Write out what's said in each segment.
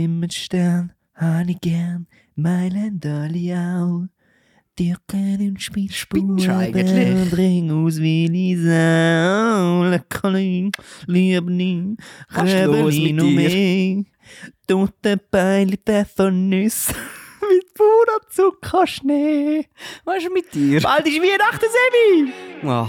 Zimmerstern, Hannigan, Meilen, au. Dirken und Spitzspuren, Spinnst du eigentlich? und Ring aus Oh, Willi Sau. Leckerli, Liebni, Was ist los Rebeli, mit nur dir? mehr. Tote Beile, Pfeffernüsse, mit purer Zuckerschnee. Was ist mit dir? Bald ist Weihnachten, Sebi! Ah.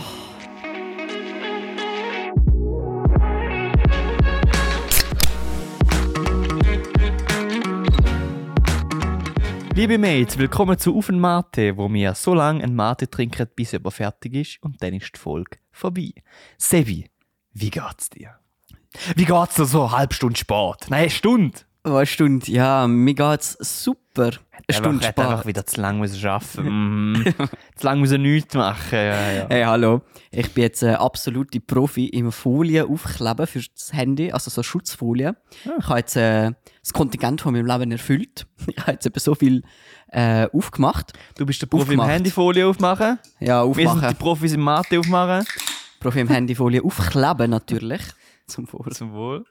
Liebe Mates, willkommen zu Auf den Mate, wo wir so lange einen Mate trinken, bis jemand fertig ist und dann ist die Folge vorbei. Sebi, wie geht's dir? Wie geht's dir so eine halbe Stunde spät? Nein, eine Stunde! Oh, eine Stunde. Ja, mir geht's super. Eine Stunde Ich einfach spät. wieder zu lange müssen arbeiten. Mhm. zu lange müssen nichts machen. Ja, ja. Hey, hallo. Ich bin jetzt ein absoluter Profi im Folie aufkleben für das Handy, also so Schutzfolie. Ah. Ich habe jetzt äh, das Kontingent von meinem Leben erfüllt. Ich habe jetzt eben so viel äh, aufgemacht. Du bist der Profi Aufgemacht. im Handyfolie aufmachen. Ja, Wir sind die aufmachen. Profis im Mate aufmachen. Profi im Handyfolie aufkleben natürlich. Zum Vor. Zum Wohl.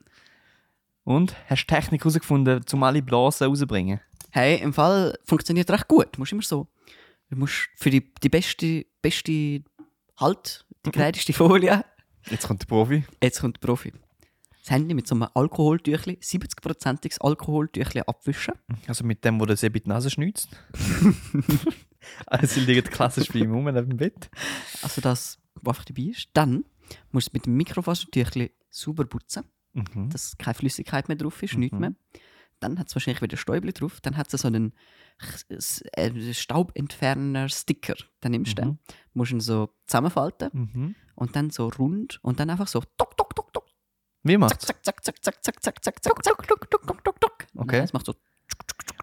Und hast du Technik herausgefunden, um alle Blasen rauszubringen? Hey, im Fall funktioniert recht gut. Du musst immer so. Du musst für die, die beste, beste Halt, Mhm. die gereiteste Folie. Jetzt kommt der Profi. Jetzt kommt der Profi. Das Handy mit so einem Alkoholtüchli, 70%iges Alkoholtüchli abwischen. Also mit dem, wo der Sebi die Nase schnitzt. also sie liegen klassisch bei ihm rum neben dem Bett. Also das, was einfach dabei ist. Dann musst du es mit dem Mikrofasertüchli sauber putzen, Mhm. dass keine Flüssigkeit mehr drauf ist, nichts Mhm. mehr. Dann hat es wahrscheinlich wieder Stäubli drauf. Dann hat es so einen Ch- s- äh, Staubentferner-Sticker. Dann nimmst du den, musst ihn so zusammenfalten Mhm. und dann so rund und dann einfach so tok, tok, tok, tok, Wie zack, macht's? zack, zack, zack, zack, zack, zack, zack, zack, zack, tok, tok, tok, tok, tok. Und Okay. dann- Es macht so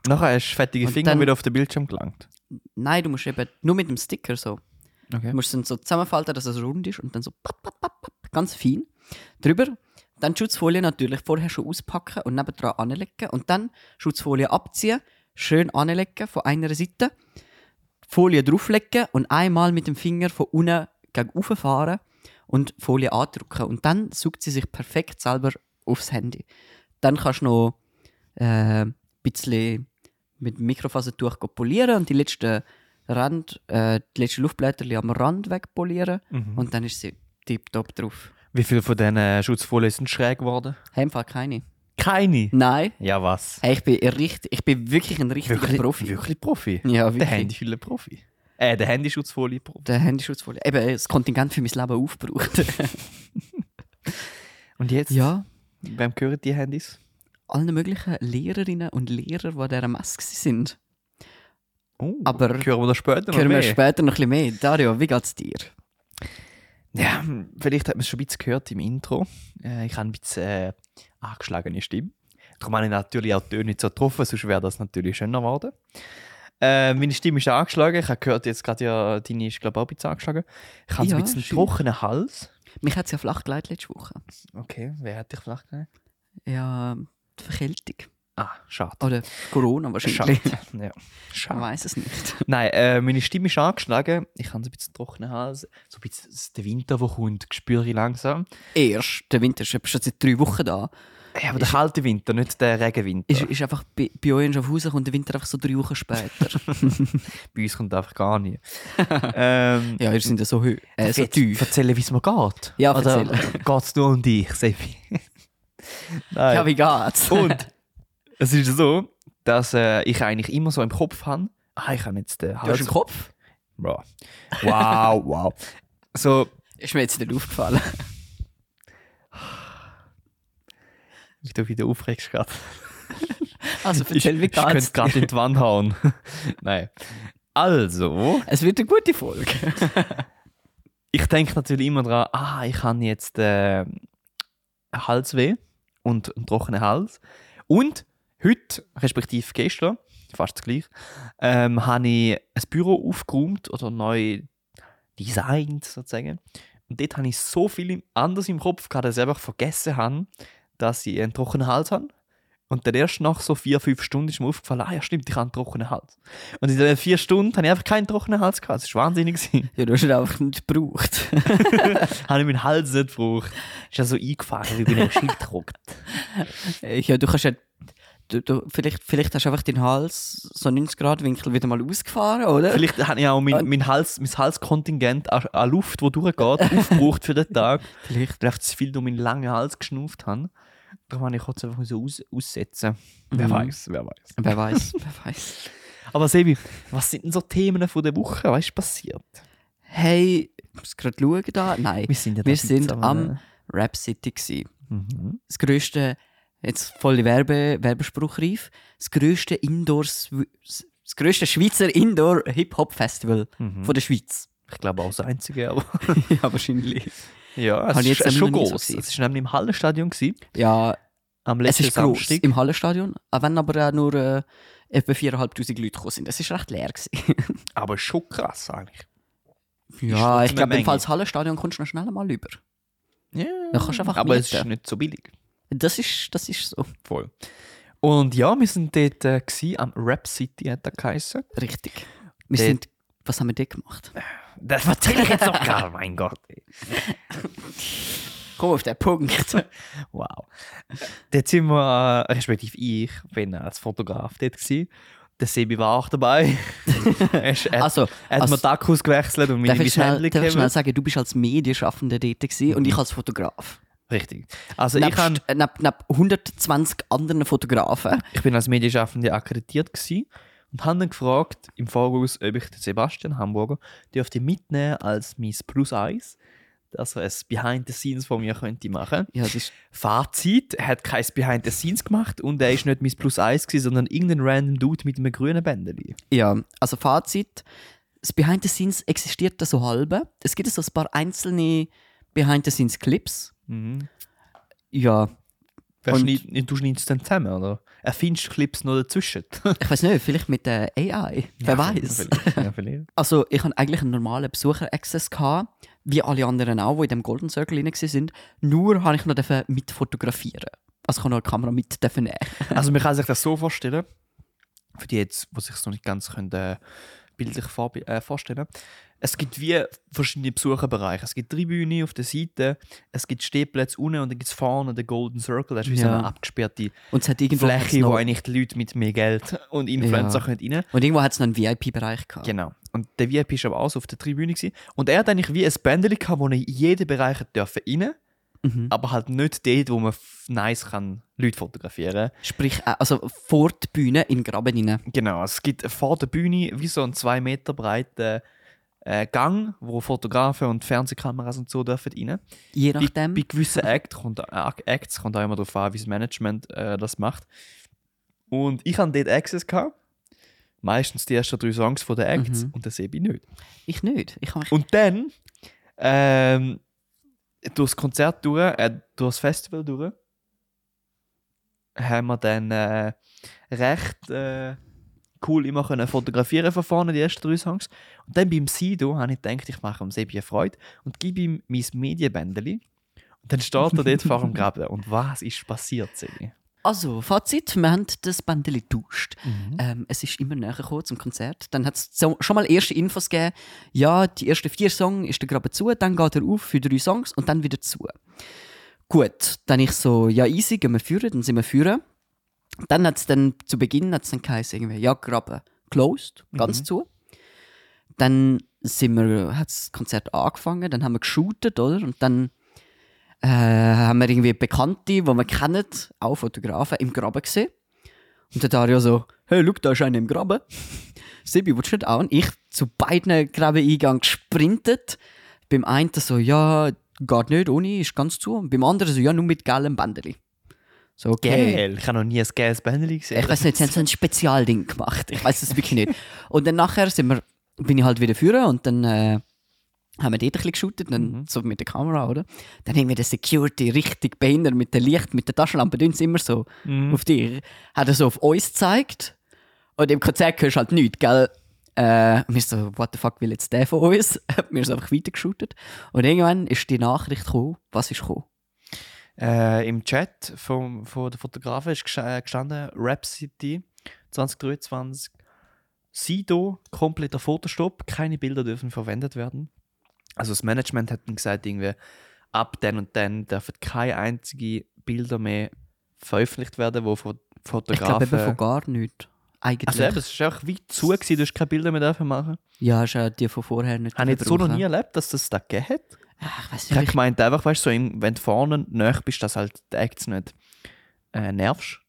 Nachher hast du fettige Und Finger dann- wieder auf den Bildschirm gelangt. Nein, du musst eben nur mit dem Sticker so. Okay. Du musst es so zusammenfalten, dass es rund ist und dann so pap, pap, pap, pap, ganz fein drüber. Dann die Schutzfolie natürlich vorher schon auspacken und nebendran anlegen und dann Schutzfolie abziehen, schön anlegen von einer Seite, Folie drauflegen und einmal mit dem Finger von unten gegen oben fahren und Folie andrücken und dann sucht sie sich perfekt selber aufs Handy. Dann kannst du noch äh, ein bisschen mit dem Mikrofasertuch polieren und die letzten Rand, äh, die letzten Luftblätter am Rand wegpolieren Mhm. und dann ist sie tiptop drauf. Wie viele von diesen äh, Schutzfolien sind schräg geworden? Hey, im Fall keine. Keine. Nein, Ja, was? hey, ich, bin ein richtig, ich bin wirklich ein richtiger Profi. Wirklich Profi. Ja, Der wirklich. Handyhüllen-Profi. Äh, der Handyschutzfolie-Profi. Der Handyschutzfolie. Eben, äh, das Kontingent für mein Leben aufgebraucht. Und jetzt? ja, Wem gehören die Handys? allen möglichen Lehrerinnen und Lehrer, die an dieser Messe sind. Oh, Aber- hören wir das später noch Hören wir mehr? später noch ein bisschen mehr. Dario, wie geht's dir? Ja, vielleicht hat man es schon ein bisschen gehört im Intro. Äh, ich habe ein bisschen äh, angeschlagene Stimme. Darum habe ich natürlich auch die Töne nicht so getroffen, sonst wäre das natürlich schöner geworden. Äh, meine Stimme ist angeschlagen. Ich habe gehört, jetzt gerade ja, deine ist, glaube ich, auch ein bisschen angeschlagen. Ich habe so Ja, ein bisschen einen schön. trockenen Hals. Mich hat es ja flach gelegt letzte Woche. Okay, wer hat dich vielleicht genommen? Ja, die Verkältung. Ah, schade. Oder Corona wahrscheinlich. Schade. ja. Man schade. weiß es nicht. Nein, äh, meine Stimme ist angeschlagen. Ich habe so ein bisschen trockenen Hals. So ein bisschen das- der Winter, der kommt, spüre ich langsam. Erst, der Winter ist schon seit drei Wochen da. Ja, aber der kalte Winter, nicht der Regenwinter. Ist, ist einfach bei, bei euch in Schaffhausen kommt der Winter einfach so drei Wochen später. Bei uns kommt einfach gar nie. ähm, ja, ihr seid ja so hoch. Äh, so jetzt tief. Erzählen, wie es mir geht. Ja, Oder erzähl. geht es nur um dich, Sebi? Nein. Ja, wie geht's? Und es ist so, dass äh, ich eigentlich immer so im Kopf habe, ah, ich habe jetzt den du hast einen Kopf? Bro. Wow, wow. So, Ist mir jetzt nicht aufgefallen. wie du wieder aufregst gerade. Also erzähl, wie ich könnte geht's dir? gerade in die Wand hauen. Nein. Also, Es wird eine gute Folge. ich denke natürlich immer dran, ah, ich habe jetzt äh, Halsweh und einen trockenen Hals. Und heute, respektive gestern, fast das gleich, ähm, habe ich ein Büro aufgeräumt oder neu designt sozusagen. Und dort habe ich so viel im- anders im Kopf gehabt, dass ich einfach vergessen habe, dass ich einen trockenen Hals habe. Und dann erst nach so vier, fünf Stunden ist mir aufgefallen, ah ja stimmt, ich habe einen trockenen Hals. Und in den vier Stunden habe ich einfach keinen trockenen Hals gehabt. Das war wahnsinnig. gewesen Ja, du hast ihn einfach nicht gebraucht. habe ich meinen Hals nicht gebraucht. Ist ja so eingefahren, wie bei einem Schild gedruckt. ja, du kannst ja du, du, vielleicht, vielleicht hast du einfach den Hals so 90 Grad Winkel wieder mal ausgefahren, oder? Vielleicht habe ich auch mein, mein, Hals, mein Halskontingent an, an Luft, wo durchgeht, aufgebraucht für den Tag. Vielleicht. Vielleicht zu viel durch meinen langen Hals geschnauft habe. Darum habe ich kurz einfach so aus, aussetzen. Wer Mhm. weiß, wer weiß. Wer weiß, wer weiß. Aber Sebi, was sind denn so Themen von der Woche? Was ist passiert? Hey, ich muss gerade schauen da. ne? Nein, Wir sind ja da wir sind zusammen, ne? am Rap City gewesen. Mhm. Das grösste, jetzt voll Werbe, Werbespruchreif, das grösste Indoor, das grösste Schweizer Indoor Hip Hop Festival Mhm. von der Schweiz. Ich glaube auch das einzige, aber. Hm. ja, wahrscheinlich. Ja, es Habe ich ist, jetzt es ist schon noch nie so groß. gesehen. es war nämlich im Hallenstadion gewesen, Ja, am Es letzten ist groß Samstag. im Hallenstadion, auch wenn aber auch nur äh, etwa 4'500 Leute gekommen sind. Es war recht leer. Gewesen. Aber schon krass eigentlich. ja, trotzdem ich glaube, eine im Fall das Hallenstadion kommst du noch schnell mal über. Ja. Da kannst du einfach aber es mieten. ist nicht so billig. Das ist, das ist so. Voll. Und ja, wir sind dort äh, gewesen, am Rap City, hat er geheißen. Richtig. Wir Dort- sind, was haben wir dort gemacht? Das erzähle ich jetzt noch gar, mein Gott. Ey. Komm auf den Punkt. Wow. Dort sind wir, äh, respektive ich, bin als Fotograf dort gewesen. Der Sebi war auch dabei. er ist- er hat, also, er hat mir also, die Akkus gewechselt und darf meine ich schnell, Handling darf ich gegeben. schnell sagen, du bist als Medienschaffender dort gewesen und ich als Fotograf. Richtig. Also ich, Nebst, kann, äh, neb, neb 120 anderen Fotografen. ich bin als Medienschaffende akkreditiert gewesen und habe dann gefragt im Voraus, ob ich den Sebastian Hamburger dürfte mitnehmen als mein Plus 1, dass er ein Behind the Scenes von mir könnte machen. Ja, das ist Fazit, er hat kein Behind the Scenes gemacht und er ist nicht mein Plus 1 gewesen, sondern irgendein random Dude mit einem grünen Bändeli. Ja, also Fazit, das Behind the Scenes existiert da so halbe. Es gibt so ein paar einzelne Behind the Scenes Clips. Mhm. Ja, Wer Und- schneid- Du schneidest dann zusammen, oder? Erfindest Clips noch dazwischen. ich weiß nicht, vielleicht mit der AI, wer weiß. Vielleicht, ja, vielleicht. Also ich hatte eigentlich einen normalen Besucher-Access, gehabt, wie alle anderen auch, die in dem Golden Circle drin sind. Nur habe ich noch dürfen mit fotografieren. Also ich habe noch eine Kamera mit dürfen nehmen. Also man kann sich das so vorstellen, für die jetzt, die sich es noch nicht ganz können, äh, bildlich vor, äh, vorstellen. Es gibt wie verschiedene Besucherbereiche. Es gibt Tribüne auf der Seite, es gibt Stehplätze unten und dann gibt es vorne den Golden Circle. Das ist wie so Ja. eine abgesperrte Und es hat irgendwo hat's Fläche, wo noch, eigentlich die Leute mit mehr Geld und Influencer Ja. können rein und irgendwo hat es noch einen VIP-Bereich gehabt. Genau. Und der VIP war aber auch so auf der Tribüne. Gewesen. Und er hat eigentlich wie ein Bändchen gehabt, wo er in jeden Bereich hat dürfen rein Mhm. aber halt nicht dort, wo man f- nice kann Leute fotografieren Sprich, äh, also vor die Bühne in den Graben rein. kann. Genau, es gibt vor der Bühne wie so einen zwei Meter breiten äh, Gang, wo Fotografen und Fernsehkameras und so dürfen rein. Je Bei, nachdem. bei gewissen Act kommt, äh, Acts kommt auch immer darauf an, wie das Management äh, das macht. Und ich hatte dort Access. Gehabt. Meistens die ersten drei Songs von den Acts Mhm. und das sehe ich nicht. Ich nicht. Ich habe mich Und dann, ähm, durch das Konzert durch, äh, durch das Festival durch, haben wir dann äh, recht äh, cool immer können fotografieren von vorne, die ersten drei Songs. Und dann beim Sido habe ich gedacht, ich mache ihm Sebi eine Freude und gebe ihm mein Medienbändeli. Und dann steht er dort vor dem Graben. Und was ist passiert, Sebi? Also, Fazit, wir haben das Bändchen getauscht. Mhm. Äh, Ähm, es ist immer näher gekommen zum Konzert. Dann hat es so, schon mal erste Infos gegeben. Ja, die ersten vier Songs ist der Graben zu, dann geht er auf für drei Songs und dann wieder zu. Gut, dann ich so, ja easy, gehen wir führen, dann sind wir führen. Dann hat es dann zu Beginn hat's dann geheißen, irgendwie, ja, Graben closed, ganz Mhm. zu. Dann sind wir, hat das Konzert angefangen, dann haben wir geshootet, oder? Und dann äh, haben wir irgendwie Bekannte, die wir kennen, auch Fotografen, im Graben gesehen. Und der Dario so, hey, schau, da ist einer im Graben. Sebi, willst du nicht auch? Und ich zu beiden Grabeneingang gesprintet. Beim einen so, ja, geht nicht, ohne, ist ganz zu. Und beim anderen so, ja, nur mit gelbem Bändeli. So, okay. Geil, ich habe noch nie ein geiles Bändeli gesehen. Ich weiß nicht, sie haben so ein Spezialding gemacht. Ich weiß es wirklich nicht. Und dann nachher sind wir, bin ich halt wieder führen und dann äh, haben wir dort ein bisschen geshootet, dann Mhm. so mit der Kamera, oder? Dann irgendwie der Security richtig behindert mit dem Licht, mit der Taschenlampe, tun sie immer so Mhm. auf dich. Hat er so auf uns gezeigt und im Konzert hörst du halt nichts, gell? Äh, und wir so, what the fuck will jetzt der von uns? wir sind einfach weiter geshootet. Und irgendwann ist die Nachricht gekommen, was ist gekommen? Äh, Im Chat vom, von der Fotografen ist gesch- äh, gestanden, Rap City 2023. Sido, kompletter Fotostopp, keine Bilder dürfen verwendet werden. Also das Management hat dann gesagt, irgendwie, ab dann und dann dürfen keine einzigen Bilder mehr veröffentlicht werden, wo von Ich glaube Fotografen. eben von gar nichts. Eigentlich. also eben, es war einfach wie zu, gewesen, du hast keine Bilder mehr dürfen machen. ja, ist ja die von vorher nicht. Habe ich jetzt so noch brauchen. nie erlebt, dass das da gegeben hat. Ach, ich weiß Ich nicht. habe Ich, gemeint, einfach, weißt du, so im- wenn du vorne näher bist, dass halt die Acts nicht äh, nervst.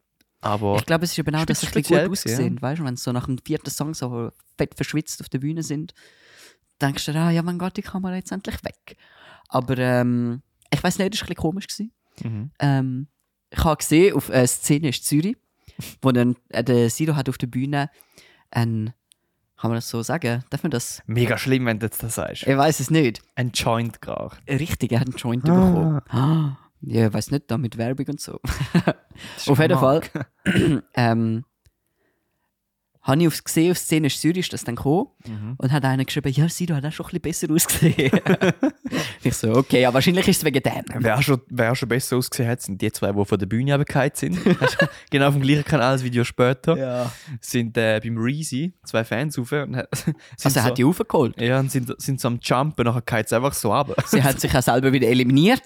Aber ich glaube, es ist eben auch, Ist dass sie ein ein bisschen bisschen gut speziell, aussehen. Weißt du, wenn sie so nach dem vierten Song so fett verschwitzt auf der Bühne sind, denkst du dir, ah, ja, mein Gott, die Kamera jetzt endlich weg. Aber ähm, ich weiß nicht, es war ein bisschen komisch. Gewesen. mhm. ähm, ich habe gesehen, auf einer Szene ist Zürich, wo dann äh, der Siro hat auf der Bühne ein, kann man das so sagen? Darf man das? mega schlimm, wenn du jetzt das sagst. Ich weiß es nicht. Ein Joint geraucht. Richtig, er hat einen Joint Ah. bekommen. Ah, ja, ich weiß nicht, da mit Werbung und so. Auf jeden Fall ähm, habe ich aufs gesehen, auf Szene ist Zürich, ist das dann gekommen. Mhm. Und hat einer geschrieben, ja, Siro hat auch schon ein bisschen besser ausgesehen. ich so, okay, aber wahrscheinlich ist es wegen dem. Wer auch schon, wer auch schon besser ausgesehen hat, sind die zwei, die von der Bühne runtergefallen sind. genau auf dem gleichen Kanal als Video später. Ja. Sind äh, beim Reezy zwei Fans rauf und hat- sind Also so, er hat die aufgeholt. ja, und sind, sind so am Jumpen, nachher geht es einfach so ab. Sie hat sich auch selber wieder eliminiert.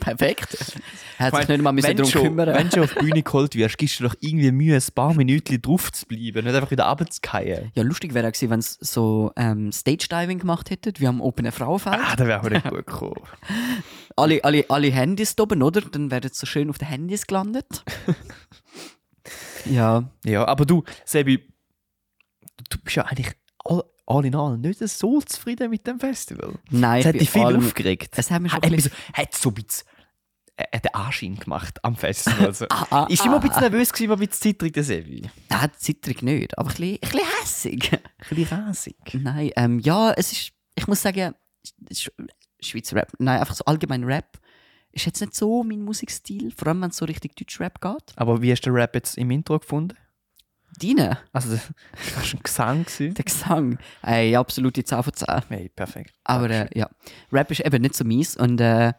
Perfekt. Er hat sich nicht mal müssen wenn, darum schon, kümmern wenn du auf die Bühne geholt wirst, gibst du dir doch irgendwie Mühe, ein paar Minuten drauf zu bleiben, nicht einfach wieder runterzufallen. Ja, lustig wäre auch gewesen, wenn sie so ähm, Stage-Diving gemacht hätten, wie am offenen Frauenfeld. Ah, da wäre auch nicht gut gekommen. Alle, alle, alle Handys da oben, oder? Dann wären sie so schön auf den Handys gelandet. ja. Ja, aber du, Sebi, du bist ja eigentlich all, all in all nicht so zufrieden mit dem Festival. Nein, Es hat bin dich viel Ah, allem- aufgeregt. Es hat mich schon Hat ein mich so, bisschen... hat so ein bisschen äh, den Anschein gemacht am Festival. Also. Ah, Ist immer ein bisschen nervös, gewesen, immer ein bisschen zittrig, der Sebi. Ein Nein, zittrig nicht, aber ein bisschen, ein bisschen hässig. bisschen rasig. Nein, ähm, ja, es ist, ich muss sagen, Sch Schweizer Rap, nein, einfach so allgemein Rap ist jetzt nicht so mein Musikstil, vor allem wenn es so richtig Deutsch Rap geht. Aber wie hast du den Rap jetzt im Intro gefunden? Deine, Also, das war schon ein Gesang. Gewesen. der Gesang, ey, absolute 10 von 10. Hey, perfekt. Aber äh, ja, Rap ist eben nicht so mies und äh,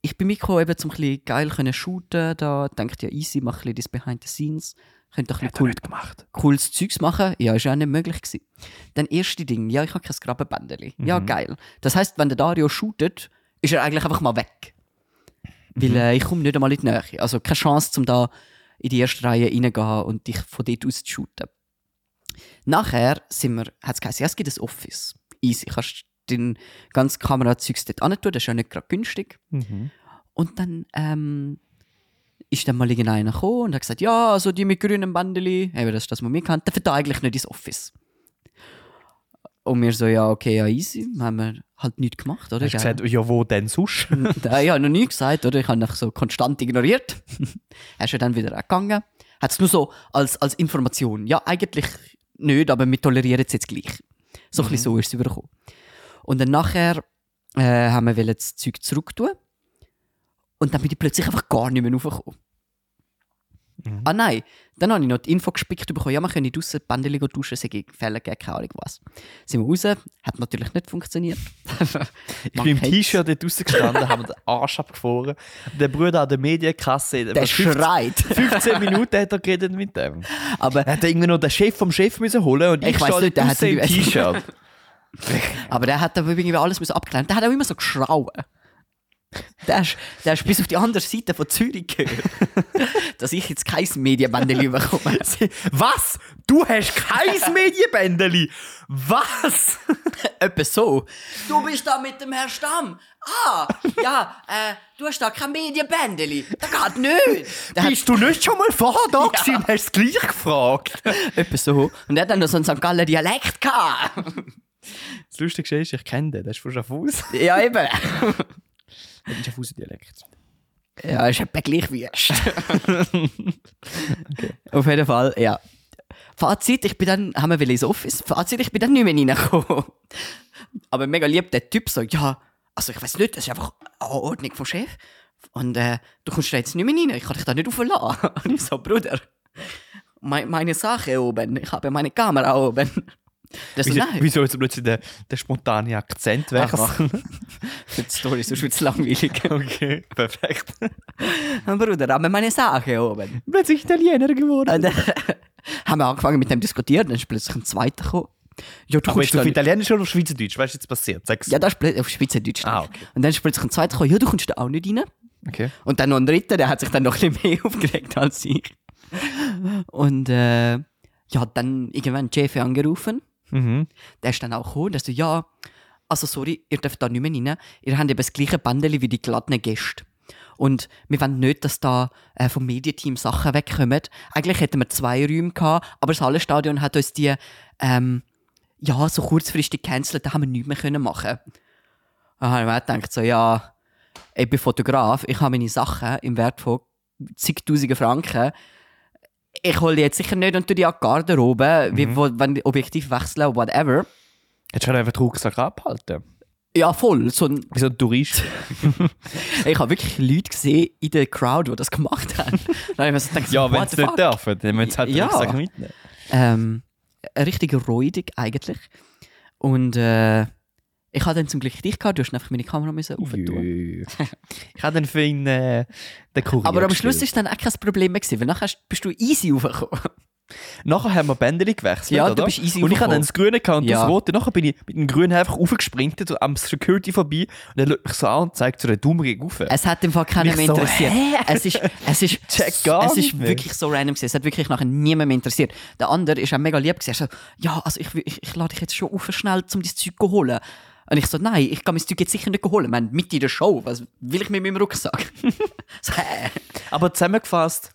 ich bin mitgekommen, eben zum ein bisschen geil können shooten, da denkt ja easy, mach ein bisschen das Behind the Scenes, könnte doch ein Hat bisschen cool, er nicht gemacht. cooles Zeugs machen, ja, ist ja auch nicht möglich gewesen. Dann erste Ding, ja, ich habe kein Grabenbändeli. Ja, Mhm. geil. Das heißt, wenn der Dario shootet, ist er eigentlich einfach mal weg. Weil äh, ich komme nicht einmal in die Nähe. Also keine Chance, um da in die erste Reihe reingehen und dich von dort aus zu shooten. Nachher sind wir, hat es geheißen, ja, es gibt ein Office. Easy, kannst dein ganzes Kamerazeugs dort hin tun, das ist ja nicht gerade günstig. Mhm. Und dann ähm, ist dann mal irgendeiner gekommen und hat gesagt, ja, also die mit grünen Bandeli, eben das ist das, was wir kennen, dürfen da eigentlich nicht ins Office. Und wir so, ja, okay, ja, easy, haben wir halt nichts gemacht, oder? Hast du gesagt, ja, wo denn sonst? Ja, Äh, ich habe noch nie gesagt, oder? Ich habe ihn einfach so konstant ignoriert. er ist ja dann wieder gegangen. Hat es nur so als, als Information. Ja, eigentlich nicht, aber wir tolerieren es jetzt gleich. So ein Mhm. bisschen so ist es übergekommen. Und dann nachher äh, haben wir wollen das Zeug zurück tun. Und dann bin ich plötzlich einfach gar nicht mehr raufgekommen. Mhm. Ah nein, dann habe ich noch die Info gespickt bekommen, ja, man könne draussen die Bändchen duschen, sei Fälle geben, keine Ahnung was. Sind wir raus, hat natürlich nicht funktioniert. Ich bin im T-Shirt dort rausgestanden, haben den Arsch abgefroren. Der Bruder an der Medienkasse, Der was, 15 schreit. 15 Minuten hat er geredet mit dem. Aber Er hätte irgendwie noch den Chef vom Chef müssen holen und ich, Ich weiss stand nicht, der draussen im hat die- T-Shirt. Aber der hat aber irgendwie alles müssen abklären. Der hat auch immer so geschrauen. Der ist, der ist bis auf die andere Seite von Zürich gehört. Dass ich jetzt kein Medienbändchen bekomme. Was? Du hast kein Medienbändeli? Was? Etwa so. Du bist da mit dem Herr Stamm. Ah, ja, äh, du hast da kein Medienbändchen. Das geht nicht. Der hat Bist du nicht schon mal vorher da gewesen und hast es gleich gefragt? etwa so. Und er hat dann noch so einen St. Gallen Dialekt gehabt. Das Lustigste ist, ich kenne den, der ist von Schaffhausen. Ja, eben. Der hat Schaffhausen-Dialekt. Ja, ist etwa gleich wüst. Auf jeden Fall, ja. Fazit, ich bin dann, haben wir will ins Office, Fazit, ich bin dann nicht mehr reingekommen. Aber mega lieb, der Typ so, ja, also ich weiß nicht, das ist einfach eine Ordnung vom Chef. Und äh, du kommst da jetzt nicht mehr rein, ich kann dich da nicht auflassen. Und ich so, Bruder, mei- meine Sache oben, ich habe meine Kamera oben. Das so, Wieso, nein, wieso jetzt plötzlich der, der spontane Akzent Ach, wechseln? für die Story, sonst wird es langweilig. Okay, perfekt. Bruder, aber meine Sache oben. Plötzlich Italiener geworden. Und dann haben wir angefangen mit dem diskutieren, dann ist plötzlich ein zweiter gekommen. Ja, du Aber kommst jetzt da auf nicht. Italienisch oder auf Schweizerdeutsch? Weißt du, jetzt passiert? Sag's. Ja, das ist plötzlich auf Schweizerdeutsch. Ah, okay. Und dann ist plötzlich ein zweiter gekommen, ja, du kommst da auch nicht rein. Okay. Und dann noch ein dritter, der hat sich dann noch ein bisschen mehr aufgeregt als ich. Und äh, ja, dann irgendwann Jefe angerufen. Mhm. Der ist dann auch gekommen und hat gesagt, ja, also sorry, ihr dürft da nicht mehr rein. Ihr habt eben das gleiche Bändeli wie die glatten Gäste. Und wir wollen nicht, dass da äh, vom Medienteam Sachen wegkommen. Eigentlich hätten wir zwei Räume gehabt, aber das Hallenstadion hat uns die ähm, ja, so kurzfristig gecancelt, da haben wir nichts mehr können machen Dann habe ich mir auch gedacht, so, ja, ich bin Fotograf, ich habe meine Sachen im Wert von zigtausenden Franken. Ich hole die jetzt sicher nicht unter die an die Garderobe, wie, wo, wenn die Objektiv wechseln, whatever. Hättest du halt einfach den Rucksack abhalten. Ja, voll. So ein, Wie so ein Tourist. ich habe wirklich Leute gesehen in der Crowd, die das gemacht haben. Dann habe ich mir so gedacht, ja, what wenn sie the nicht fuck? dürfen, dann müssen sie halt den Ja. Rucksack mitnehmen. ähm, richtig räudig eigentlich. Und äh, ich hatte dann zum Glück dich gehabt, du hast einfach meine Kamera müssen aufentun. Jö. Ich habe dann für ihn äh, den Kurier Aber am Schluss bestellt. war dann auch kein Problem mehr, gewesen, weil nachher hast- bist du easy raufgekommen. Nachher haben wir Bänder gewechselt, Ja, du oder? bist easy und ich habe raufgekommen. dann das Grüne gehabt und Ja. das Rote. Nachher bin ich mit dem Grünen einfach aufgesprintet und am Security vorbei. Und dann schaut mich so an und zeigt so den Daumen gegen rauf. Es hat im Fall keinen Mich mehr so, interessiert. es ist, es ist, Check gar es nicht ist mehr. wirklich so random gewesen. Es hat wirklich nachher niemand mehr interessiert. Der andere ist auch mega lieb gewesen. Er so, ja, also ich, will- ich, ich lade dich jetzt schon auf schnell, um dein Zeug zu holen. Und ich so, nein, ich kann mein Zeug jetzt sicher nicht holen. Man, mit in der Show, was will ich mit meinem Rucksack? so, hä? Aber zusammengefasst,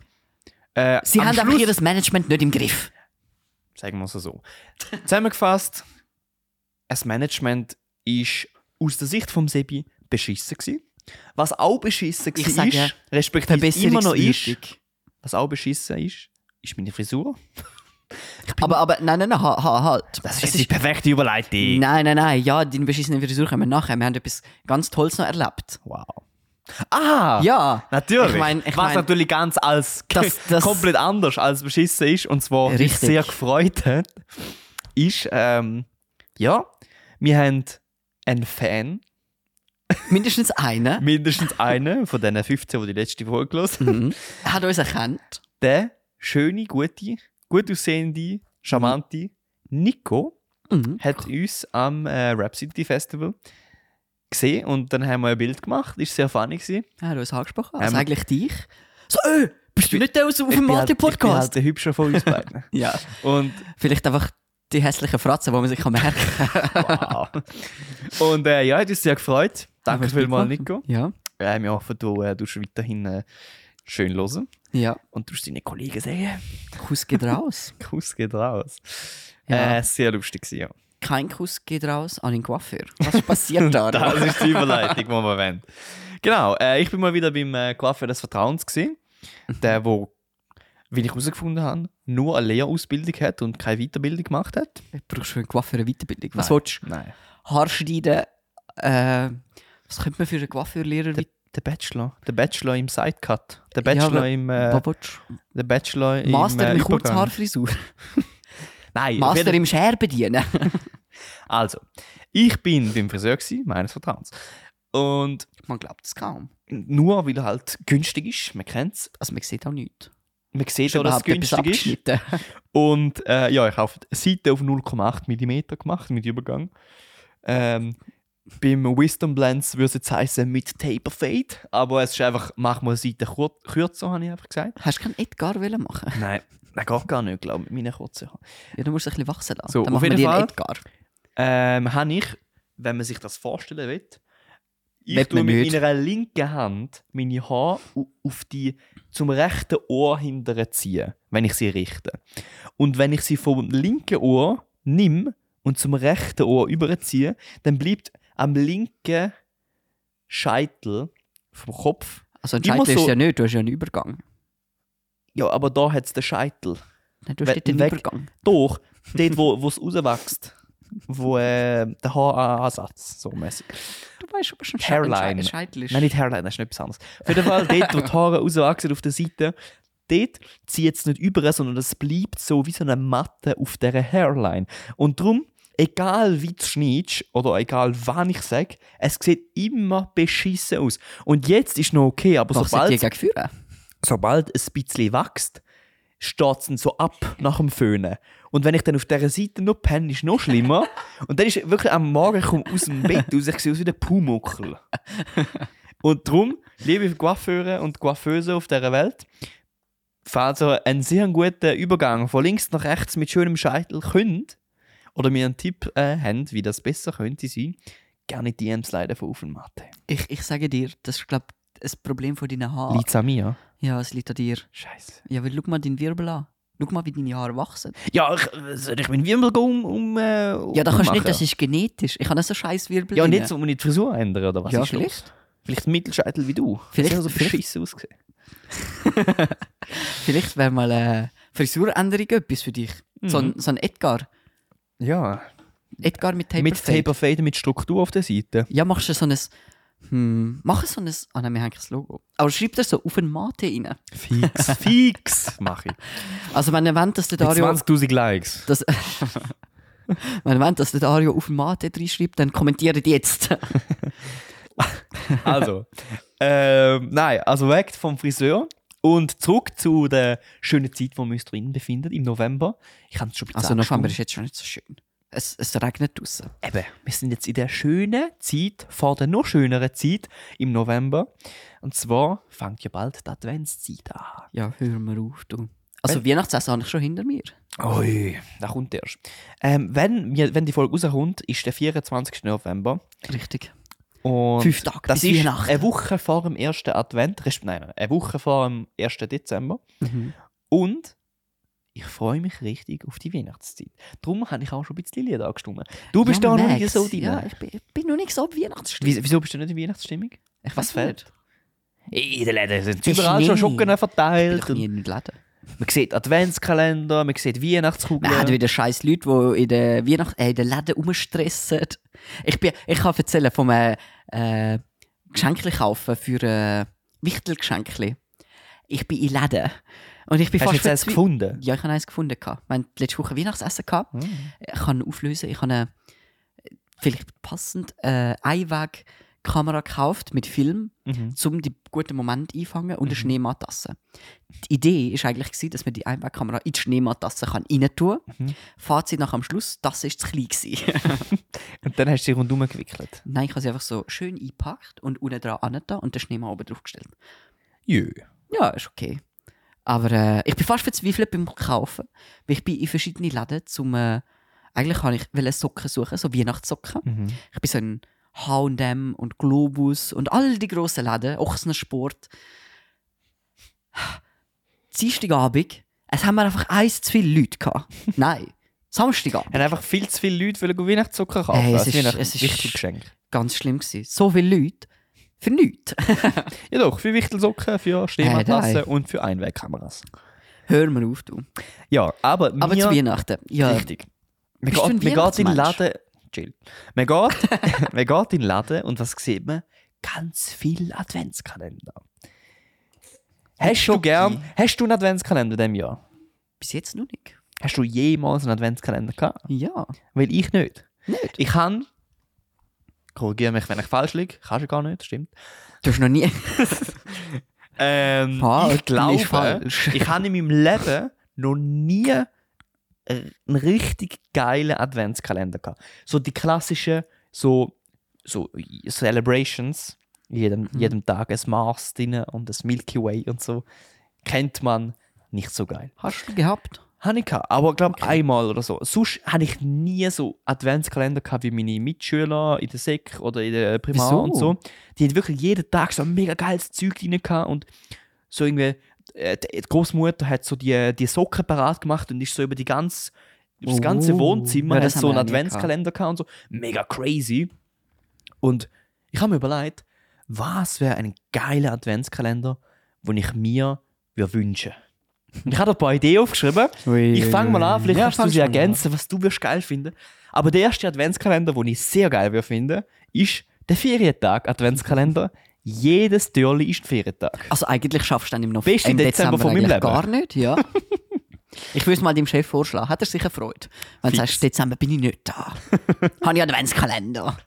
äh, Sie am haben einfach Schluss, ihr Management nicht im Griff. sagen wir es so. Zusammengefasst, das Management ist aus der Sicht vom Sebi beschissen gewesen. Was auch beschissen Ich war, sage, ist, respektive immer noch ist, Verbesserungswürdig. was auch beschissen ist, ist meine Frisur. Aber, aber, nein, nein, nein, ha, ha, halt. Das Es ist die perfekte Überleitung. Nein, nein, nein, ja, deine beschissenen Frisur kommen nachher. Wir haben etwas ganz Tolles noch erlebt. Wow. Ah! Ja. Natürlich. Ich mein- ich Was mein- natürlich ganz als Das- das- komplett anders als beschissen ist und zwar mich Richtig. sehr gefreut hat, ist, ähm, ja, wir haben einen Fan, Mindestens einer. mindestens einen von diesen 15, die die letzte Folge gelesen haben, Mhm. Er hat uns erkannt. der schöne, gute, gut aussehende, charmante Nico Mhm. hat uns am äh, Rhapsody Festival gesehen und dann haben wir ein Bild gemacht, ist sehr funny gewesen. Er hat uns angesprochen. Also Ähm, eigentlich dich. So, öh, bist du nicht der aus dem Ich bin halt Mathe-Podcast? der hübsche von uns beiden. halt- Ja. Und Vielleicht einfach die hässlichen Fratzen, die man sich kann merken Wow. Und äh, ja, hat uns sehr gefreut. Aber Danke es vielmals, liegt Nico. Ja. Äh, wir hoffen, du äh, tust weiterhin äh, schön hören. Ja. Und du hast deinen Kollegen sagen, Kuss geht raus. Kuss geht raus. Ja. Äh, sehr lustig gewesen, ja. Kein Kuss geht raus an den Coiffeur. Was ist passiert da? Ah, Das ist die Überleitung, die wir wollen. Genau, äh, ich bin mal wieder beim äh, Coiffeur des Vertrauens gesehen. Der, wo, wie ich herausgefunden habe, nur eine Lehrausbildung hat und keine Weiterbildung gemacht hat. Brauchst du für einen Coiffeur eine Weiterbildung? Was Nein. willst Nein. du? Haarschneiden? Äh, was könnte man für einen Coiffeurlehrer Der, der Bachelor. Der Bachelor im Sidecut. Der Ja, Bachelor aber- im... Äh, Was willst du? der Bachelor Master im... in Äh, Übergang. Kurzhaarfrisur. Nein, auf jeden Master im Scher bedienen. Also, ich bin beim Friseur gewesen, meines Vertrauens. Und Man glaubt es kaum. nur weil er halt günstig ist, man kennt es, Also man sieht auch nichts. man sieht schon, dass es überhaupt etwas günstig ist. abgeschnitten? Und äh, ja, ich habe die Seite auf 0,8 mm gemacht mit Übergang. Ähm, beim Wisdom Blends würde es jetzt heißen mit Taper Fade, aber es ist einfach, mach mal Seite kur- kürzer, habe ich einfach gesagt. Hast du keinen Edgar wollen machen? Nein, das geht gar nicht, glaube ich, mit meinen kurzen Haaren. Ja, du musst ein bisschen wachsen lassen. So, Dann auf machen wir jeden dir Fall. einen Edgar. Ähm, habe ich, wenn man sich das vorstellen will, ich Will tue man mit nicht. meiner linken Hand meine Haare au- auf die zum rechten Ohr hindere ziehen, wenn ich sie richte. Und wenn ich sie vom linken Ohr nimm und zum rechten Ohr überziehe, dann bleibt am linken Scheitel vom Kopf, Also ein Immer Scheitel ist so- ja nicht, du hast ja einen Übergang. ja, aber da hat es den Scheitel. Nein, du Weg- hast nicht den weg. Übergang. Doch, dort wo es rauswächst, wo äh, der Haaransatz so mäßig. Du weißt, aber schon Hairline. Ein Scheitel ist... Nein, nicht Hairline, das ist nicht etwas anderes. Auf jeden Fall, dort, wo die Haare rauswachsen auf der Seite, dort zieht es nicht über, sondern es bleibt so wie so eine Matte auf dieser Hairline. Und darum, egal wie du schneidest oder egal wann ich sage, es sieht immer beschissen aus. Und jetzt ist noch okay, aber Doch, sobald... sobald, dir gegenführen. sobald es ein bisschen wächst, steht es dann so ab nach dem Föhnen. Und wenn ich dann auf dieser Seite noch penne, ist es noch schlimmer. Und dann ist wirklich am Morgen ich komme aus dem Bett raus, ich sehe aus wie der Pumuckel. Und darum, liebe Coiffeure und Coiffeuse auf dieser Welt, falls ihr einen sehr guten Übergang von links nach rechts mit schönem Scheitel könnt oder mir einen Tipp äh, habt, wie das besser könnte sein, gerne DMs leider von Auf und Mathe. Ich, ich sage dir, das ist, glaube ich, ein Problem von deinen Haaren. Liegt's an mir? Ja, es liegt an dir. Scheiße. Ja, weil schau mal deinen Wirbel an. Schau mal, wie deine Haare wachsen. Ja, ich, äh, soll ich meinen Wirbel um, um äh, Ja, da kannst du ummachen? nicht, das ist genetisch. Ich habe so scheiß Wirbel. Ja, und drin. jetzt soll man nicht die Frisur ändern, oder was Ja, ist los? vielleicht. Vielleicht ein Mittelscheitel wie du. Vielleicht- Das ist ja so vielleicht- beschissen ausgesehen. Vielleicht wäre mal eine Frisuränderung etwas für dich. So, ein, so ein Edgar. Ja. Edgar mit Taper. Mit Fade. Taperfade, mit Struktur auf der Seite. Ja, machst du so ein. Hm, mach so ein. Ah nein, wir haben kein Logo. Aber schreib das so auf einen Mate rein. Fix. Fix. Mach ich. Also, wenn ihr wollt, dass der Mit Dario. 20.000 Likes. Das, wenn ihr wollt, dass der Dario auf den Mate reinschreibt, dann kommentiert jetzt. Also, ähm, nein, also weg vom Friseur und zurück zu der schönen Zeit, wo wir uns drin befinden, im November. Ich habe es schon ein bisschen Also, November ist angesprochen. jetzt schon nicht so schön. Es, es regnet draußen. Eben, wir sind jetzt in der schönen Zeit, vor der noch schöneren Zeit im November. Und zwar fängt ja bald die Adventszeit an. Ja, hör mal auf, du. Also, Weihnachtsessen habe ich schon hinter mir. Ui, da kommt erst. Ähm, wenn, wir- wenn die Folge rauskommt, ist der 24. November. Richtig. äh, Und Fünf Tage das bis ist Weihnachten. eine Woche vor dem ersten Advent, resp- nein, eine Woche vor dem 1. Dezember. Mhm. Und ich freue mich richtig auf die Weihnachtszeit. Darum habe ich auch schon ein bisschen Lieder angestimmt. Du bist ja, da man noch nicht merkt's. so drin. Ja, ich bin, ich bin noch nicht so Weihnachtsstimmung. Wieso wieso bist du nicht in Weihnachtsstimmung? Ich Was weiss fehlt? nicht. In den Läden sind Ist überall schon nie. Schocken Ich verteilt. bin doch nie Und in den Läden. man sieht Adventskalender, man sieht Weihnachtskugeln. Man hat wieder scheiß Leute, die in den, Weihnacht äh, in den Läden rumstressen. Ich, bin, ich kann erzählen vom äh, äh, Geschenkli kaufen für äh, Wichtelgeschenkli. Ich bin in Läden. Und ich bin Hast du fast jetzt eins verzweifelt. gefunden? Ja, ich habe eins gefunden. gehabt. Wir hatten letzte Woche Weihnachtsessen. Gehabt. Hm. Ich kann auflösen. Ich habe eine, äh, vielleicht passend äh, Einwegkamera gekauft mit Film, Mhm. um die guten Momente einfangen und eine Mhm. Schneemattasse. Die Idee war eigentlich, gewesen, dass man die Einwegkamera in die Schneemattasse kann rein tun kann. Mhm. Fazit nach am Schluss, das war zu klein. gewesen. Und dann hast du sie rundum gewickelt. Nein, ich habe sie einfach so schön eingepackt und unten dran angetan und den Schneemann oben drauf gestellt. Jö. Ja, ist okay. Aber äh, ich bin fast verzweifelt beim Kaufen, weil ich bin in verschiedene Läden zum... Äh, eigentlich wollte ich wollte Socken suchen, so Weihnachtssocken. Mhm. Ich bin so in H&M und Globus und all die grossen Läden, Ochsner Sport. Dienstagabend, es haben wir einfach eins zu viele Leute gehabt. Nein, Samstagabend. Haben einfach viel zu viele Leute wollen Weihnachtszucker kaufen. Hey, es als ist- Weihnacht- es ist- Wichtelgeschenk. Ganz schlimm gewesen. So viele Leute. Für nichts. Ja doch, für Wichtelsocken, für Stehmattassen nein. und für Einwegkameras. Hör mal auf, du. Ja, aber, Aber wir zu Weihnachten. Ja, Richtig. Man Bist du geht, ein man geht in den Weihnachtsmensch? Laden. Chill. Man geht, man geht in den Laden und was sieht man? Ganz viel Adventskalender. Hast du Schoki. gern, hast du einen Adventskalender in diesem Jahr? bis jetzt noch nicht. Hast du jemals einen Adventskalender gehabt? Ja, Weil ich nicht. nicht. Ich kann, korrigiere mich, wenn ich falsch liege, kannst du gar nicht, stimmt. Du hast noch nie... Ähm, Falsch, ich glaube, ist falsch. ich habe in meinem Leben noch nie äh, einen richtig geilen Adventskalender gehabt. So die klassischen so, so Celebrations, jedem, Mhm. jedem Tag ein Mars drin und das Milky Way und so, kennt man nicht so geil. Hast du gehabt? Habe ich gehabt, aber ich glaube einmal oder so. Sonst habe ich nie so Adventskalender gehabt wie meine Mitschüler in der Sek oder in der Primar Wieso? und so. Die hatten wirklich jeden Tag so ein mega geiles Zeug drin gehabt und so irgendwie, äh, die die Großmutter hat so die, die Socken parat gemacht und ist so über die ganze, über das ganze Oh. Wohnzimmer Ja, hat das so haben einen wir auch nie Adventskalender gehabt und so. Mega crazy. Und ich habe mir überlegt, was wäre ein geiler Adventskalender, den ich mir würd wünschen Ich habe ein paar Ideen aufgeschrieben. Ich fange mal an, vielleicht Äh, Ja, kannst du fangst sie mal an. ergänzen, was du wirst geil finden. Aber der erste Adventskalender, den ich sehr geil würde finden, ist der Ferientag Adventskalender. Jedes Türli ist ein Ferientag. Also eigentlich schaffst du dann im November, Besten im Dezember Dezember, von meinem eigentlich Leben. gar nicht, ja. ich würde es mal dem Chef vorschlagen, hat er sicher Freude. Wenn du Fix. sagst, Dezember bin ich nicht da. Habe ich Adventskalender.